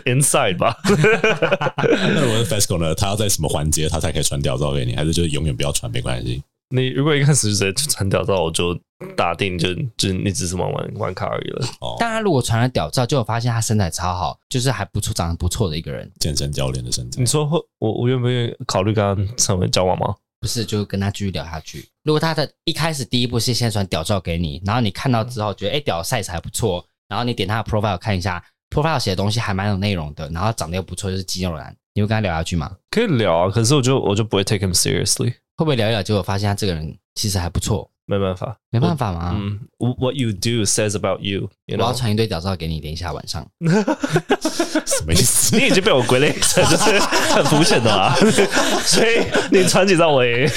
Speaker 2: (laughs)
Speaker 3: inside 吧？
Speaker 1: 那如果是 FESCO 呢？他要在什么环节他才可以传屌照给你？还是就是永远不要传没关系？
Speaker 3: 你如果一开始就直接传屌照，我就打定就就你只是玩玩玩卡而已了。
Speaker 1: 哦，
Speaker 2: 当然，如果传了屌照，就有发现他身材超好，就是还不错，长得不错的一个人，
Speaker 1: 健身教练的身
Speaker 2: (laughs)
Speaker 1: 材
Speaker 3: 你，说会我我愿不愿意考虑跟他成为交往吗？
Speaker 2: 不是就跟他继续聊下去。如果他的一开始第一步是先传屌照给你，然后你看到之后觉得哎、诶屌 size 还不错，然后你点他的 profile 看一下，profile 写的东西还蛮有内容的，然后长得又不错，就是肌肉男，你会跟他聊下去吗？
Speaker 3: 可以聊啊，可是我就我就不会 take him seriously，
Speaker 2: 会不会聊一聊，结果发现他这个人其实还不错？
Speaker 3: 没办法。
Speaker 2: 没办法嘛，
Speaker 3: 嗯，What you do says about you，you
Speaker 2: 我要
Speaker 3: know，
Speaker 2: 传一堆屌照给你，等一下晚上。
Speaker 1: 什么意思？
Speaker 3: 你已经被我归类 (laughs) 成就是很肤浅的啦， (laughs) 所以你传几张我也，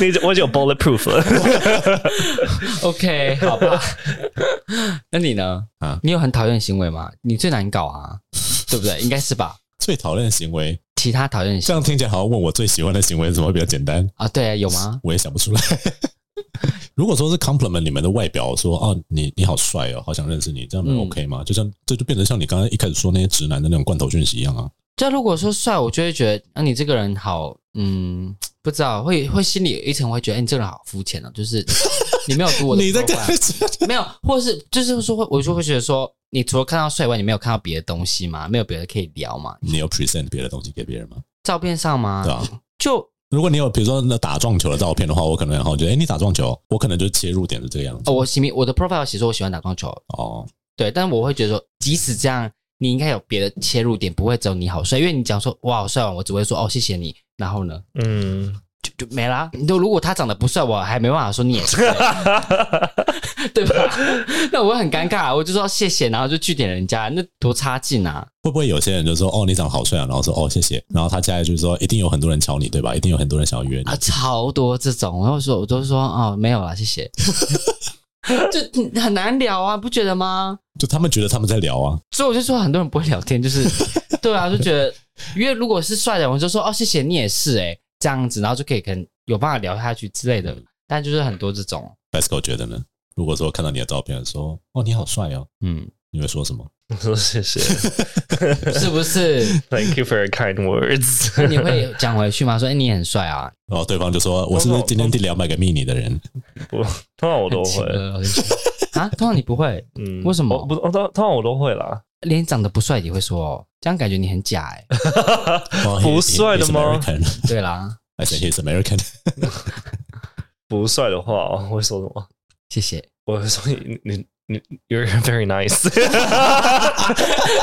Speaker 3: 你已经我已经有 bulletproof 了。
Speaker 2: (laughs) OK，好吧。 (laughs) 那你呢？
Speaker 1: 啊
Speaker 2: 你有很讨厌的行为吗？你最难搞啊，对不对？应该是吧。
Speaker 1: 最讨厌的行为，
Speaker 2: 其他讨厌的
Speaker 1: 这
Speaker 2: 行
Speaker 1: 样听起来好像问我最喜欢的行为是什么会比较简单，
Speaker 2: 啊，对啊，有吗？
Speaker 1: 我也想不出来。 (laughs) 如果说是 compliment 你们的外表，说啊你你好帅哦，好想认识你，这样能
Speaker 2: 嗯
Speaker 1: OK 吗？就像这就变成像你刚刚一开始说那些直男的那种罐头讯息一样啊。
Speaker 2: 就如果说帅，我就会觉得，啊，你这个人好，嗯，不知道，会会心里有一层会觉得，哎、你这个人好肤浅哦，就是 (laughs) 你没有读我的 profile 没有，或是就是说，我就会觉得说，你除了看到帅以外，你没有看到别的东西吗？没有别的可以聊吗？
Speaker 1: (laughs) 你有 present 别的东西给别人吗？
Speaker 2: 照片上吗？
Speaker 1: 对啊，
Speaker 2: 就
Speaker 1: 如果你有比如说那打撞球的照片的话，我可能然后觉得哎、诶你打撞球，我可能就切入点是这个样子
Speaker 2: 哦，我喜我的 profile 写说我喜欢打撞球，
Speaker 1: 哦。
Speaker 2: 对，但我会觉得说，即使这样，你应该有别的切入点，不会只有你好帅，因为你讲说哇好帅哦，我只会说哦谢谢你，然后呢
Speaker 3: 嗯，
Speaker 2: 就就没啦。就如果他长得不帅，我还没办法说你也帅，对吧？那我会很尴尬，我就说谢谢，然后就去点人家，那多差劲啊！
Speaker 1: 会不会有些人就说哦你长得好帅啊，然后说哦谢谢，然后他下一句说一定有很多人瞧你对吧？一定有很多人想要约你
Speaker 2: 啊，，超多这种，然后说我都说哦没有啦，谢谢，就很难聊啊，不觉得吗？
Speaker 1: 就他们觉得他们在聊啊，
Speaker 2: 所以我就说很多人不会聊天，就是对啊，就觉得因为如果是帅的人，我就说哦谢谢你也是哎、这样子，然后就可以跟有办法聊下去之类的。但就是很多这种，
Speaker 1: Basco 觉得呢？如果说看到你的照片说“哦，你好帅哦
Speaker 2: 嗯，”，
Speaker 1: 你会说什么？
Speaker 3: 我说谢谢
Speaker 2: 是不是？
Speaker 3: ，Thank you for your kind words。 (laughs)
Speaker 2: 那你会讲回去吗？说哎、你很帅啊，
Speaker 1: 然后哦对方就说：“我
Speaker 3: 哦
Speaker 1: 是不是今天第两百个密你的人
Speaker 3: 不，通常我 (laughs) 都
Speaker 2: 很
Speaker 3: 会
Speaker 2: 亲，热很亲热啊。通常你不会，
Speaker 3: 嗯，
Speaker 2: 为什么
Speaker 3: 我不，通通常我都会啦，
Speaker 2: 连长得不帅也会说哦，这样感觉你很假
Speaker 3: (laughs)
Speaker 2: 哎、？”
Speaker 1: 哦
Speaker 3: 不
Speaker 1: he- he-
Speaker 3: 帅的
Speaker 1: he's
Speaker 3: 吗
Speaker 1: American.
Speaker 2: 对啦，
Speaker 1: I said he's American 。 (laughs)
Speaker 3: 不帅的话，我会说什么？
Speaker 2: 谢
Speaker 3: (laughs)
Speaker 2: 谢，
Speaker 3: 我会说你你你，You're very nice 。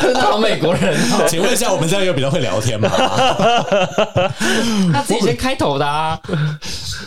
Speaker 2: 真的好美国人哦，
Speaker 1: 请问一下，我们这样有比较会聊天
Speaker 3: (laughs)
Speaker 1: 吗？
Speaker 2: (laughs) 他自己先开头的啊。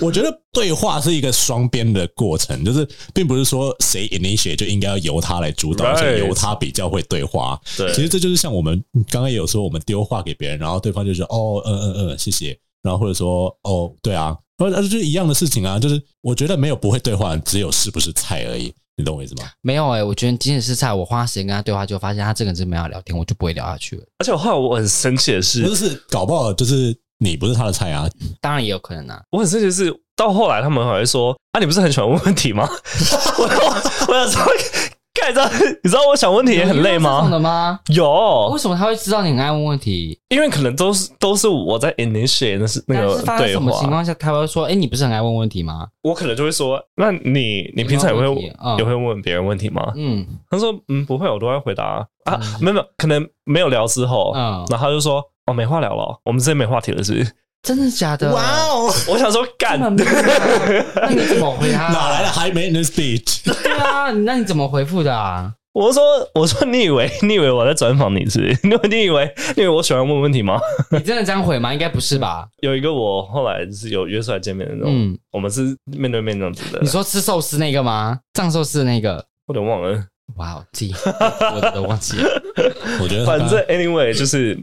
Speaker 1: 我觉得对话是一个双边的过程，就是并不是说谁 initiate 就应该要由他来主导，而
Speaker 3: Right
Speaker 1: 且由他比较会对话。
Speaker 3: 对
Speaker 1: 其实这就是像我们嗯刚刚也有说，我们丢话给别人，然后对方就说哦，嗯嗯嗯，谢谢，然后或者说哦，对啊，而而就是一样的事情啊，就是我觉得没有不会对话，只有是不是菜而已，你懂我意思吗？
Speaker 2: 没有哎、我觉得即使是在我花时间跟他对话，就发现他这个人真没有聊天，我就不会聊下去了。
Speaker 3: 而且我后来我很生气的是
Speaker 1: 不，是，是搞不好就是你不是他的菜啊，
Speaker 2: 当然也有可能啊，
Speaker 3: 我很生气的是，到后来他们还会说：“啊，你不是很喜欢问问题吗？” (laughs) 我我我想说，盖章，你知道我想问题也很累
Speaker 2: 有遇到这种
Speaker 3: 吗哦
Speaker 2: 的？吗？为
Speaker 3: 有，
Speaker 2: 什么他会知道你很爱问问题？
Speaker 3: 因为可能都是都是我在 initiate 那是那
Speaker 2: 但
Speaker 3: 个
Speaker 2: 是发生
Speaker 3: 对
Speaker 2: 什么情
Speaker 3: 话，
Speaker 2: 况下他会说：“哎、你不是很爱问问题吗
Speaker 3: 我可能就会说：“那你你平常也
Speaker 2: 有
Speaker 3: 会
Speaker 2: 没有问题嗯
Speaker 3: 也会问别人问题吗？”？”
Speaker 2: 嗯，
Speaker 3: 他说：“嗯，不会，我都在回答啊。啊”没有没有，可能没有聊之后，
Speaker 2: 嗯
Speaker 3: 然后他就说：“哦，没话聊了，我们之间没话题了，是不是
Speaker 2: 真的假的？哇哦，？”
Speaker 3: 我想说，干
Speaker 2: 根，本没有
Speaker 3: (laughs)
Speaker 2: 啊那你怎么回他、
Speaker 1: 哪来的 high maintenance speech？
Speaker 3: (laughs)
Speaker 2: 对啊，那你怎么回复的啊？
Speaker 3: 我说我说你以为 (laughs) 你以为我在专访你是 (laughs) 不是？你你以为你以为我喜欢问问题吗？
Speaker 2: 你真的这样回吗？应该不是吧？
Speaker 3: 有一个我后来就是有约出来见面的那种，
Speaker 2: 嗯，
Speaker 3: 我们是面对面啊那样子的。
Speaker 2: 你说吃寿司那个吗？藏寿司的那个？
Speaker 3: 我有点忘了，
Speaker 2: 哇，哦，
Speaker 3: (laughs)
Speaker 2: 自己我都忘记了，
Speaker 1: 我觉得他
Speaker 3: 反正 anyway 就是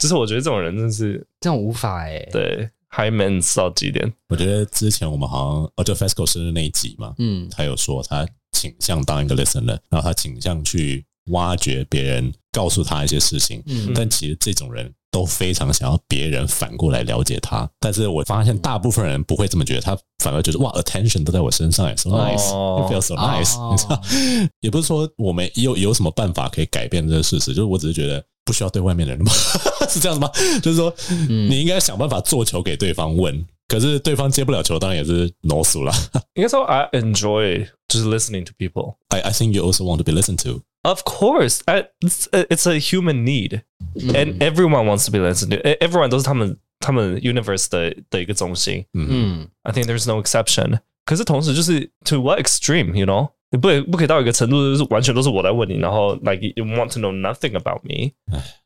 Speaker 3: 就是我觉得这种人真是
Speaker 2: 这种无法哎、
Speaker 3: 对 high man 到极点。
Speaker 1: 我觉得之前我们好像哦，就 FESCO 生日那一集嘛，
Speaker 2: 嗯，
Speaker 1: 他有说他倾向当一个 listener，然后他倾向去挖掘别人告诉他一些事情，
Speaker 2: 嗯
Speaker 1: 但其实这种人都非常想要别人反过来了解他，但是我发现大部分人不会这么觉得，他反而觉得哇，attention 都在我身上，it's so nice，it、
Speaker 3: 哦
Speaker 1: feels so nice，、你知道， (laughs) 也不是说我们有有什么办法可以改变这个事实，就是我只是觉得不需要对外面的人吗？ (laughs) 是这样子吗？就是说，
Speaker 2: 嗯
Speaker 1: 你应该想办法做球给对方问，可是对方接不了球，当然也是 no 数了。
Speaker 3: 应该说 I enjoy 就是 listening to people。
Speaker 1: I I think you also want to be listened to。
Speaker 3: Of course, I, it's a, it's a human need,
Speaker 2: 嗯
Speaker 3: and everyone wants to be listened to. E-, Everyone 都是他们他们 universe 的的一个中心。
Speaker 1: 嗯，
Speaker 2: 嗯
Speaker 3: I think there's no exception. 可是同时就是 to what extreme, you know？你不不可以到一个程度，就是完全都是我来问你，然后 like you want to know nothing about me。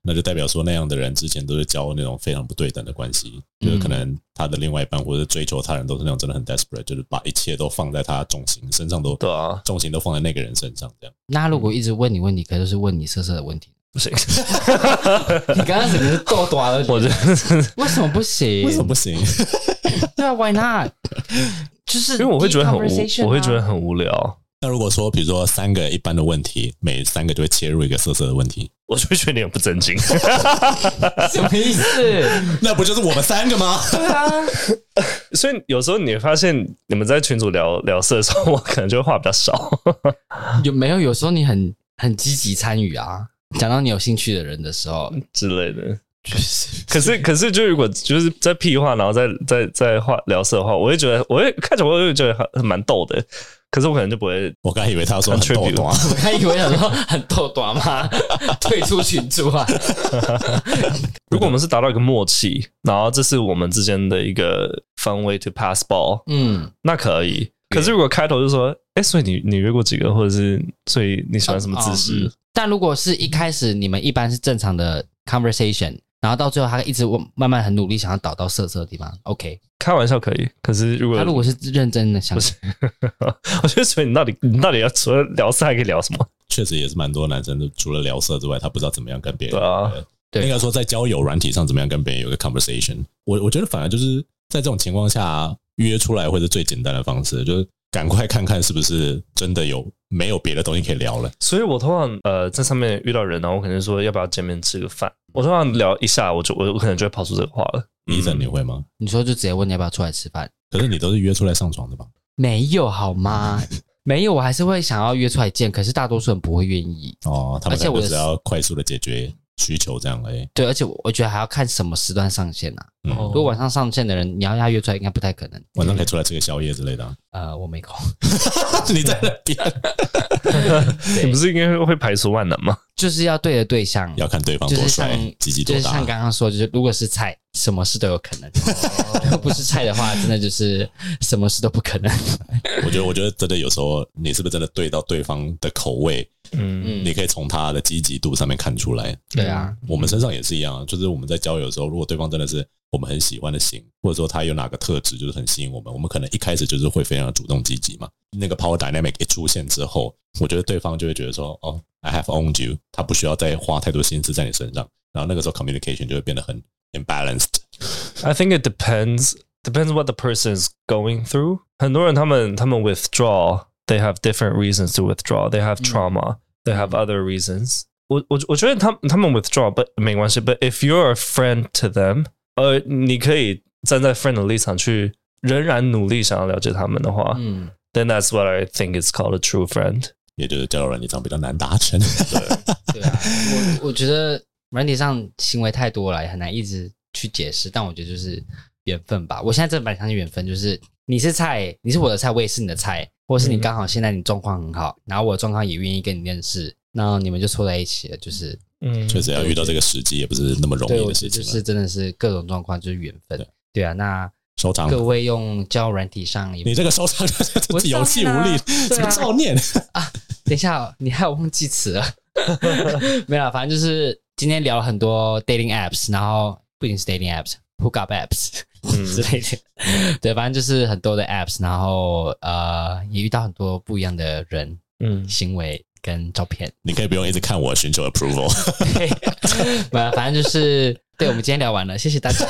Speaker 1: 那就代表说那样的人之前都是交那种非常不对等的关系，就是
Speaker 3: 嗯
Speaker 1: 可能他的另外一半或者追求他人都是那种真的很 desperate，就是把一切都放在他重心身上都
Speaker 3: 对啊，
Speaker 1: 重心都放在那个人身上这样。
Speaker 2: 那如果一直问你问题，可就是问你色色的问题。
Speaker 3: 不行，
Speaker 2: 你刚刚整个是逗短了，
Speaker 3: 我觉 (laughs) 得
Speaker 2: 为什么不行？
Speaker 1: 为什么不行？ (laughs)
Speaker 2: 对啊，Why not？就是
Speaker 3: 因为我会觉得很无
Speaker 2: conversation，啊
Speaker 3: 我会觉得很无聊，
Speaker 1: 那如果说比如说三个一般的问题，每三个就会切入一个色色的问题，
Speaker 3: (laughs) 我就会觉得你很不正经。
Speaker 2: 啊什么意思？
Speaker 1: 那不就是我们三个吗？ (laughs)
Speaker 2: 对啊，
Speaker 3: (laughs) 所以有时候你会发现你们在群组聊聊色的时候，我可能就会话比较少。 (laughs)
Speaker 2: 有没有有时候你很很积极参与啊？讲到你有兴趣的人的时候，
Speaker 3: 之类的。可是，可是，就如果就是在屁话，然后再再再话聊色的话，我会觉得，我会看着我会觉得很很蛮逗的。可是我可能就不会，
Speaker 1: 我刚以为他说很逗啊
Speaker 3: Contribute
Speaker 1: 短，
Speaker 2: 我还以为想说很逗短 (laughs) 嘛，退出群组啊。
Speaker 3: 如果我们是达到一个默契，然后这是我们之间的一个 fun way to pass ball，
Speaker 2: 嗯，
Speaker 3: 那可以。可是如果开头就说，哎、所以你你约过几个，或者是所以你喜欢什么姿势？
Speaker 2: 哦嗯但如果是一开始你们一般是正常的 conversation，然后到最后他一直问慢慢很努力想要导到色色的地方，OK。
Speaker 3: 开玩笑可以。可是如果
Speaker 2: 他如果是认真的想
Speaker 3: 不，是， (laughs) 我觉得所以你到底你到底要除了聊色还可以聊什么？
Speaker 1: (laughs) 确实也是蛮多男生都除了聊色之外，他不知道怎么样跟别人
Speaker 3: 对啊
Speaker 2: 对
Speaker 1: 应该说在交友软体上怎么样跟别人有个 conversation。我我觉得反而就是在这种情况下约出来会是最简单的方式，就是赶快看看是不是真的有没有别的东西可以聊了。
Speaker 3: 所以我通常呃在上面遇到人，然后我可能说要不要见面吃个饭，我通常聊一下，我就我我可能就会抛出这个话了。
Speaker 1: 医生，
Speaker 3: 嗯
Speaker 1: 你会吗？
Speaker 2: 你说就直接问你要不要出来吃饭？
Speaker 1: 可是你都是约出来上床的吧？
Speaker 2: 没有好
Speaker 3: (laughs)
Speaker 2: 吗？没有，我还是会想要约出来见，可是大多数人不会愿意。
Speaker 1: 哦，他们
Speaker 2: 嗯而且
Speaker 1: 可能
Speaker 2: 我
Speaker 1: 就只要快速的解决需求这样而已。
Speaker 2: 对，而且我我觉得还要看什么时段上线啊。
Speaker 1: 嗯，
Speaker 3: 哦
Speaker 2: 如果晚上上线的人，你要他约出来，应该不太可能。
Speaker 1: 晚上可以出来吃个宵夜之类的啊、 (laughs)
Speaker 2: 呃，我没空， (laughs)
Speaker 1: 你在那边
Speaker 3: 你不是应该会排除万难吗？
Speaker 2: 就是要对的对象，
Speaker 1: 要看对方
Speaker 2: 就
Speaker 1: 啊多
Speaker 2: 是
Speaker 1: 帅
Speaker 2: 像，
Speaker 1: 鸡鸡
Speaker 2: 就
Speaker 1: 多
Speaker 2: 是像
Speaker 1: 大。
Speaker 2: 刚刚说，就是如果是菜，什么事都有可能； (laughs) 不是菜的话，真的就是什么事都不可能。
Speaker 1: 我觉得，我觉得真的有时候你是不是真的对到对方的口味，
Speaker 3: 嗯，
Speaker 1: 你可以从他的积极度上面看出来。
Speaker 2: 对啊，
Speaker 1: 我们身上也是一样啊，就是我们在交友的时候，如果对方真的是我们很喜欢的型，或者说他有哪个特质就是很吸引我们，我们可能一开始就是会非常主动积极嘛。那个 power dynamic 一出现之后，我觉得对方就会觉得说，哦，I have owned you，他不需要再花太多心思在你身上，然后那个时候 communication 就会变得很 imbalanced。
Speaker 3: I think it depends depends what the person is going through. 很多人他们他们 withdraw, they have different reasons to withdraw. They have
Speaker 2: 嗯
Speaker 3: trauma, they have other reasons. 我我我觉得他们他们 withdraw，不没关系。But if you're a friend to them，呃，你可以站在 friend 的立场去，仍然努力想要了解他们的话，
Speaker 2: 嗯，
Speaker 3: then that's what I think is called a true friend.
Speaker 1: 也就是交友软件上比较难达成，
Speaker 2: 对啊，我我觉得软体上行为太多了，也很难一直去解释。但我觉得就是缘分吧。我现在真的蛮相信缘分，就是你是菜，你是我的菜，我也是你的菜，或是你
Speaker 3: 嗯
Speaker 2: 刚好现在你状况很好，然后我的状况也愿意跟你认识，然后你们就凑在一起了，就是
Speaker 3: 嗯，
Speaker 1: 确实要遇到这个时机也不是那么容
Speaker 2: 对，
Speaker 1: 易
Speaker 2: 我
Speaker 1: 的事
Speaker 2: 觉得就
Speaker 1: 情了。
Speaker 2: 是真的是各种状况就是缘分
Speaker 1: 对。
Speaker 2: 对啊，那
Speaker 1: 收藏。
Speaker 2: 各位用交友软体上有没
Speaker 1: 你
Speaker 2: 有，
Speaker 1: 这个收藏 (laughs)
Speaker 2: 我
Speaker 1: 有气无力，
Speaker 2: 对
Speaker 1: 怎么
Speaker 2: 啊
Speaker 1: 造念？
Speaker 2: 等一下哦，你害我忘记词了。 (laughs) 没有啦，反正就是今天聊了很多 dating apps，然后不仅是 dating apps，hook up apps
Speaker 1: 嗯
Speaker 2: (laughs) 之类的，对，反正就是很多的 apps，然后呃也遇到很多不一样的人、
Speaker 3: 嗯，
Speaker 2: 行为跟照
Speaker 1: (laughs)
Speaker 2: 片。
Speaker 1: (laughs)
Speaker 2: (laughs)
Speaker 1: 你可以不用一直看我寻求 approval。
Speaker 2: 对，没有，反正就是对，我们今天聊完了，谢谢大家。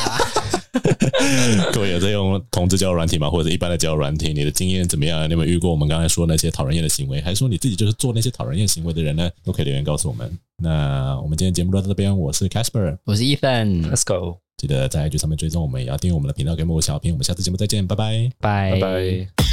Speaker 1: 嗯各位有在用同志交友软体吗？或者一般的交友软体，你的经验怎么样？你有没有遇过我们刚才说那些讨人厌的行为，还是说你自己就是做那些讨人厌行为的人呢？都可以留言告诉我们。那我们今天节目就到这边，我是 Casper，
Speaker 2: 我是 Ethan，
Speaker 3: Let's go，
Speaker 1: 记得在 IG 上面追踪我们，也要订阅我们的频道，给我们五小评。我们下次节目再见，拜拜。
Speaker 2: 拜
Speaker 3: 拜拜。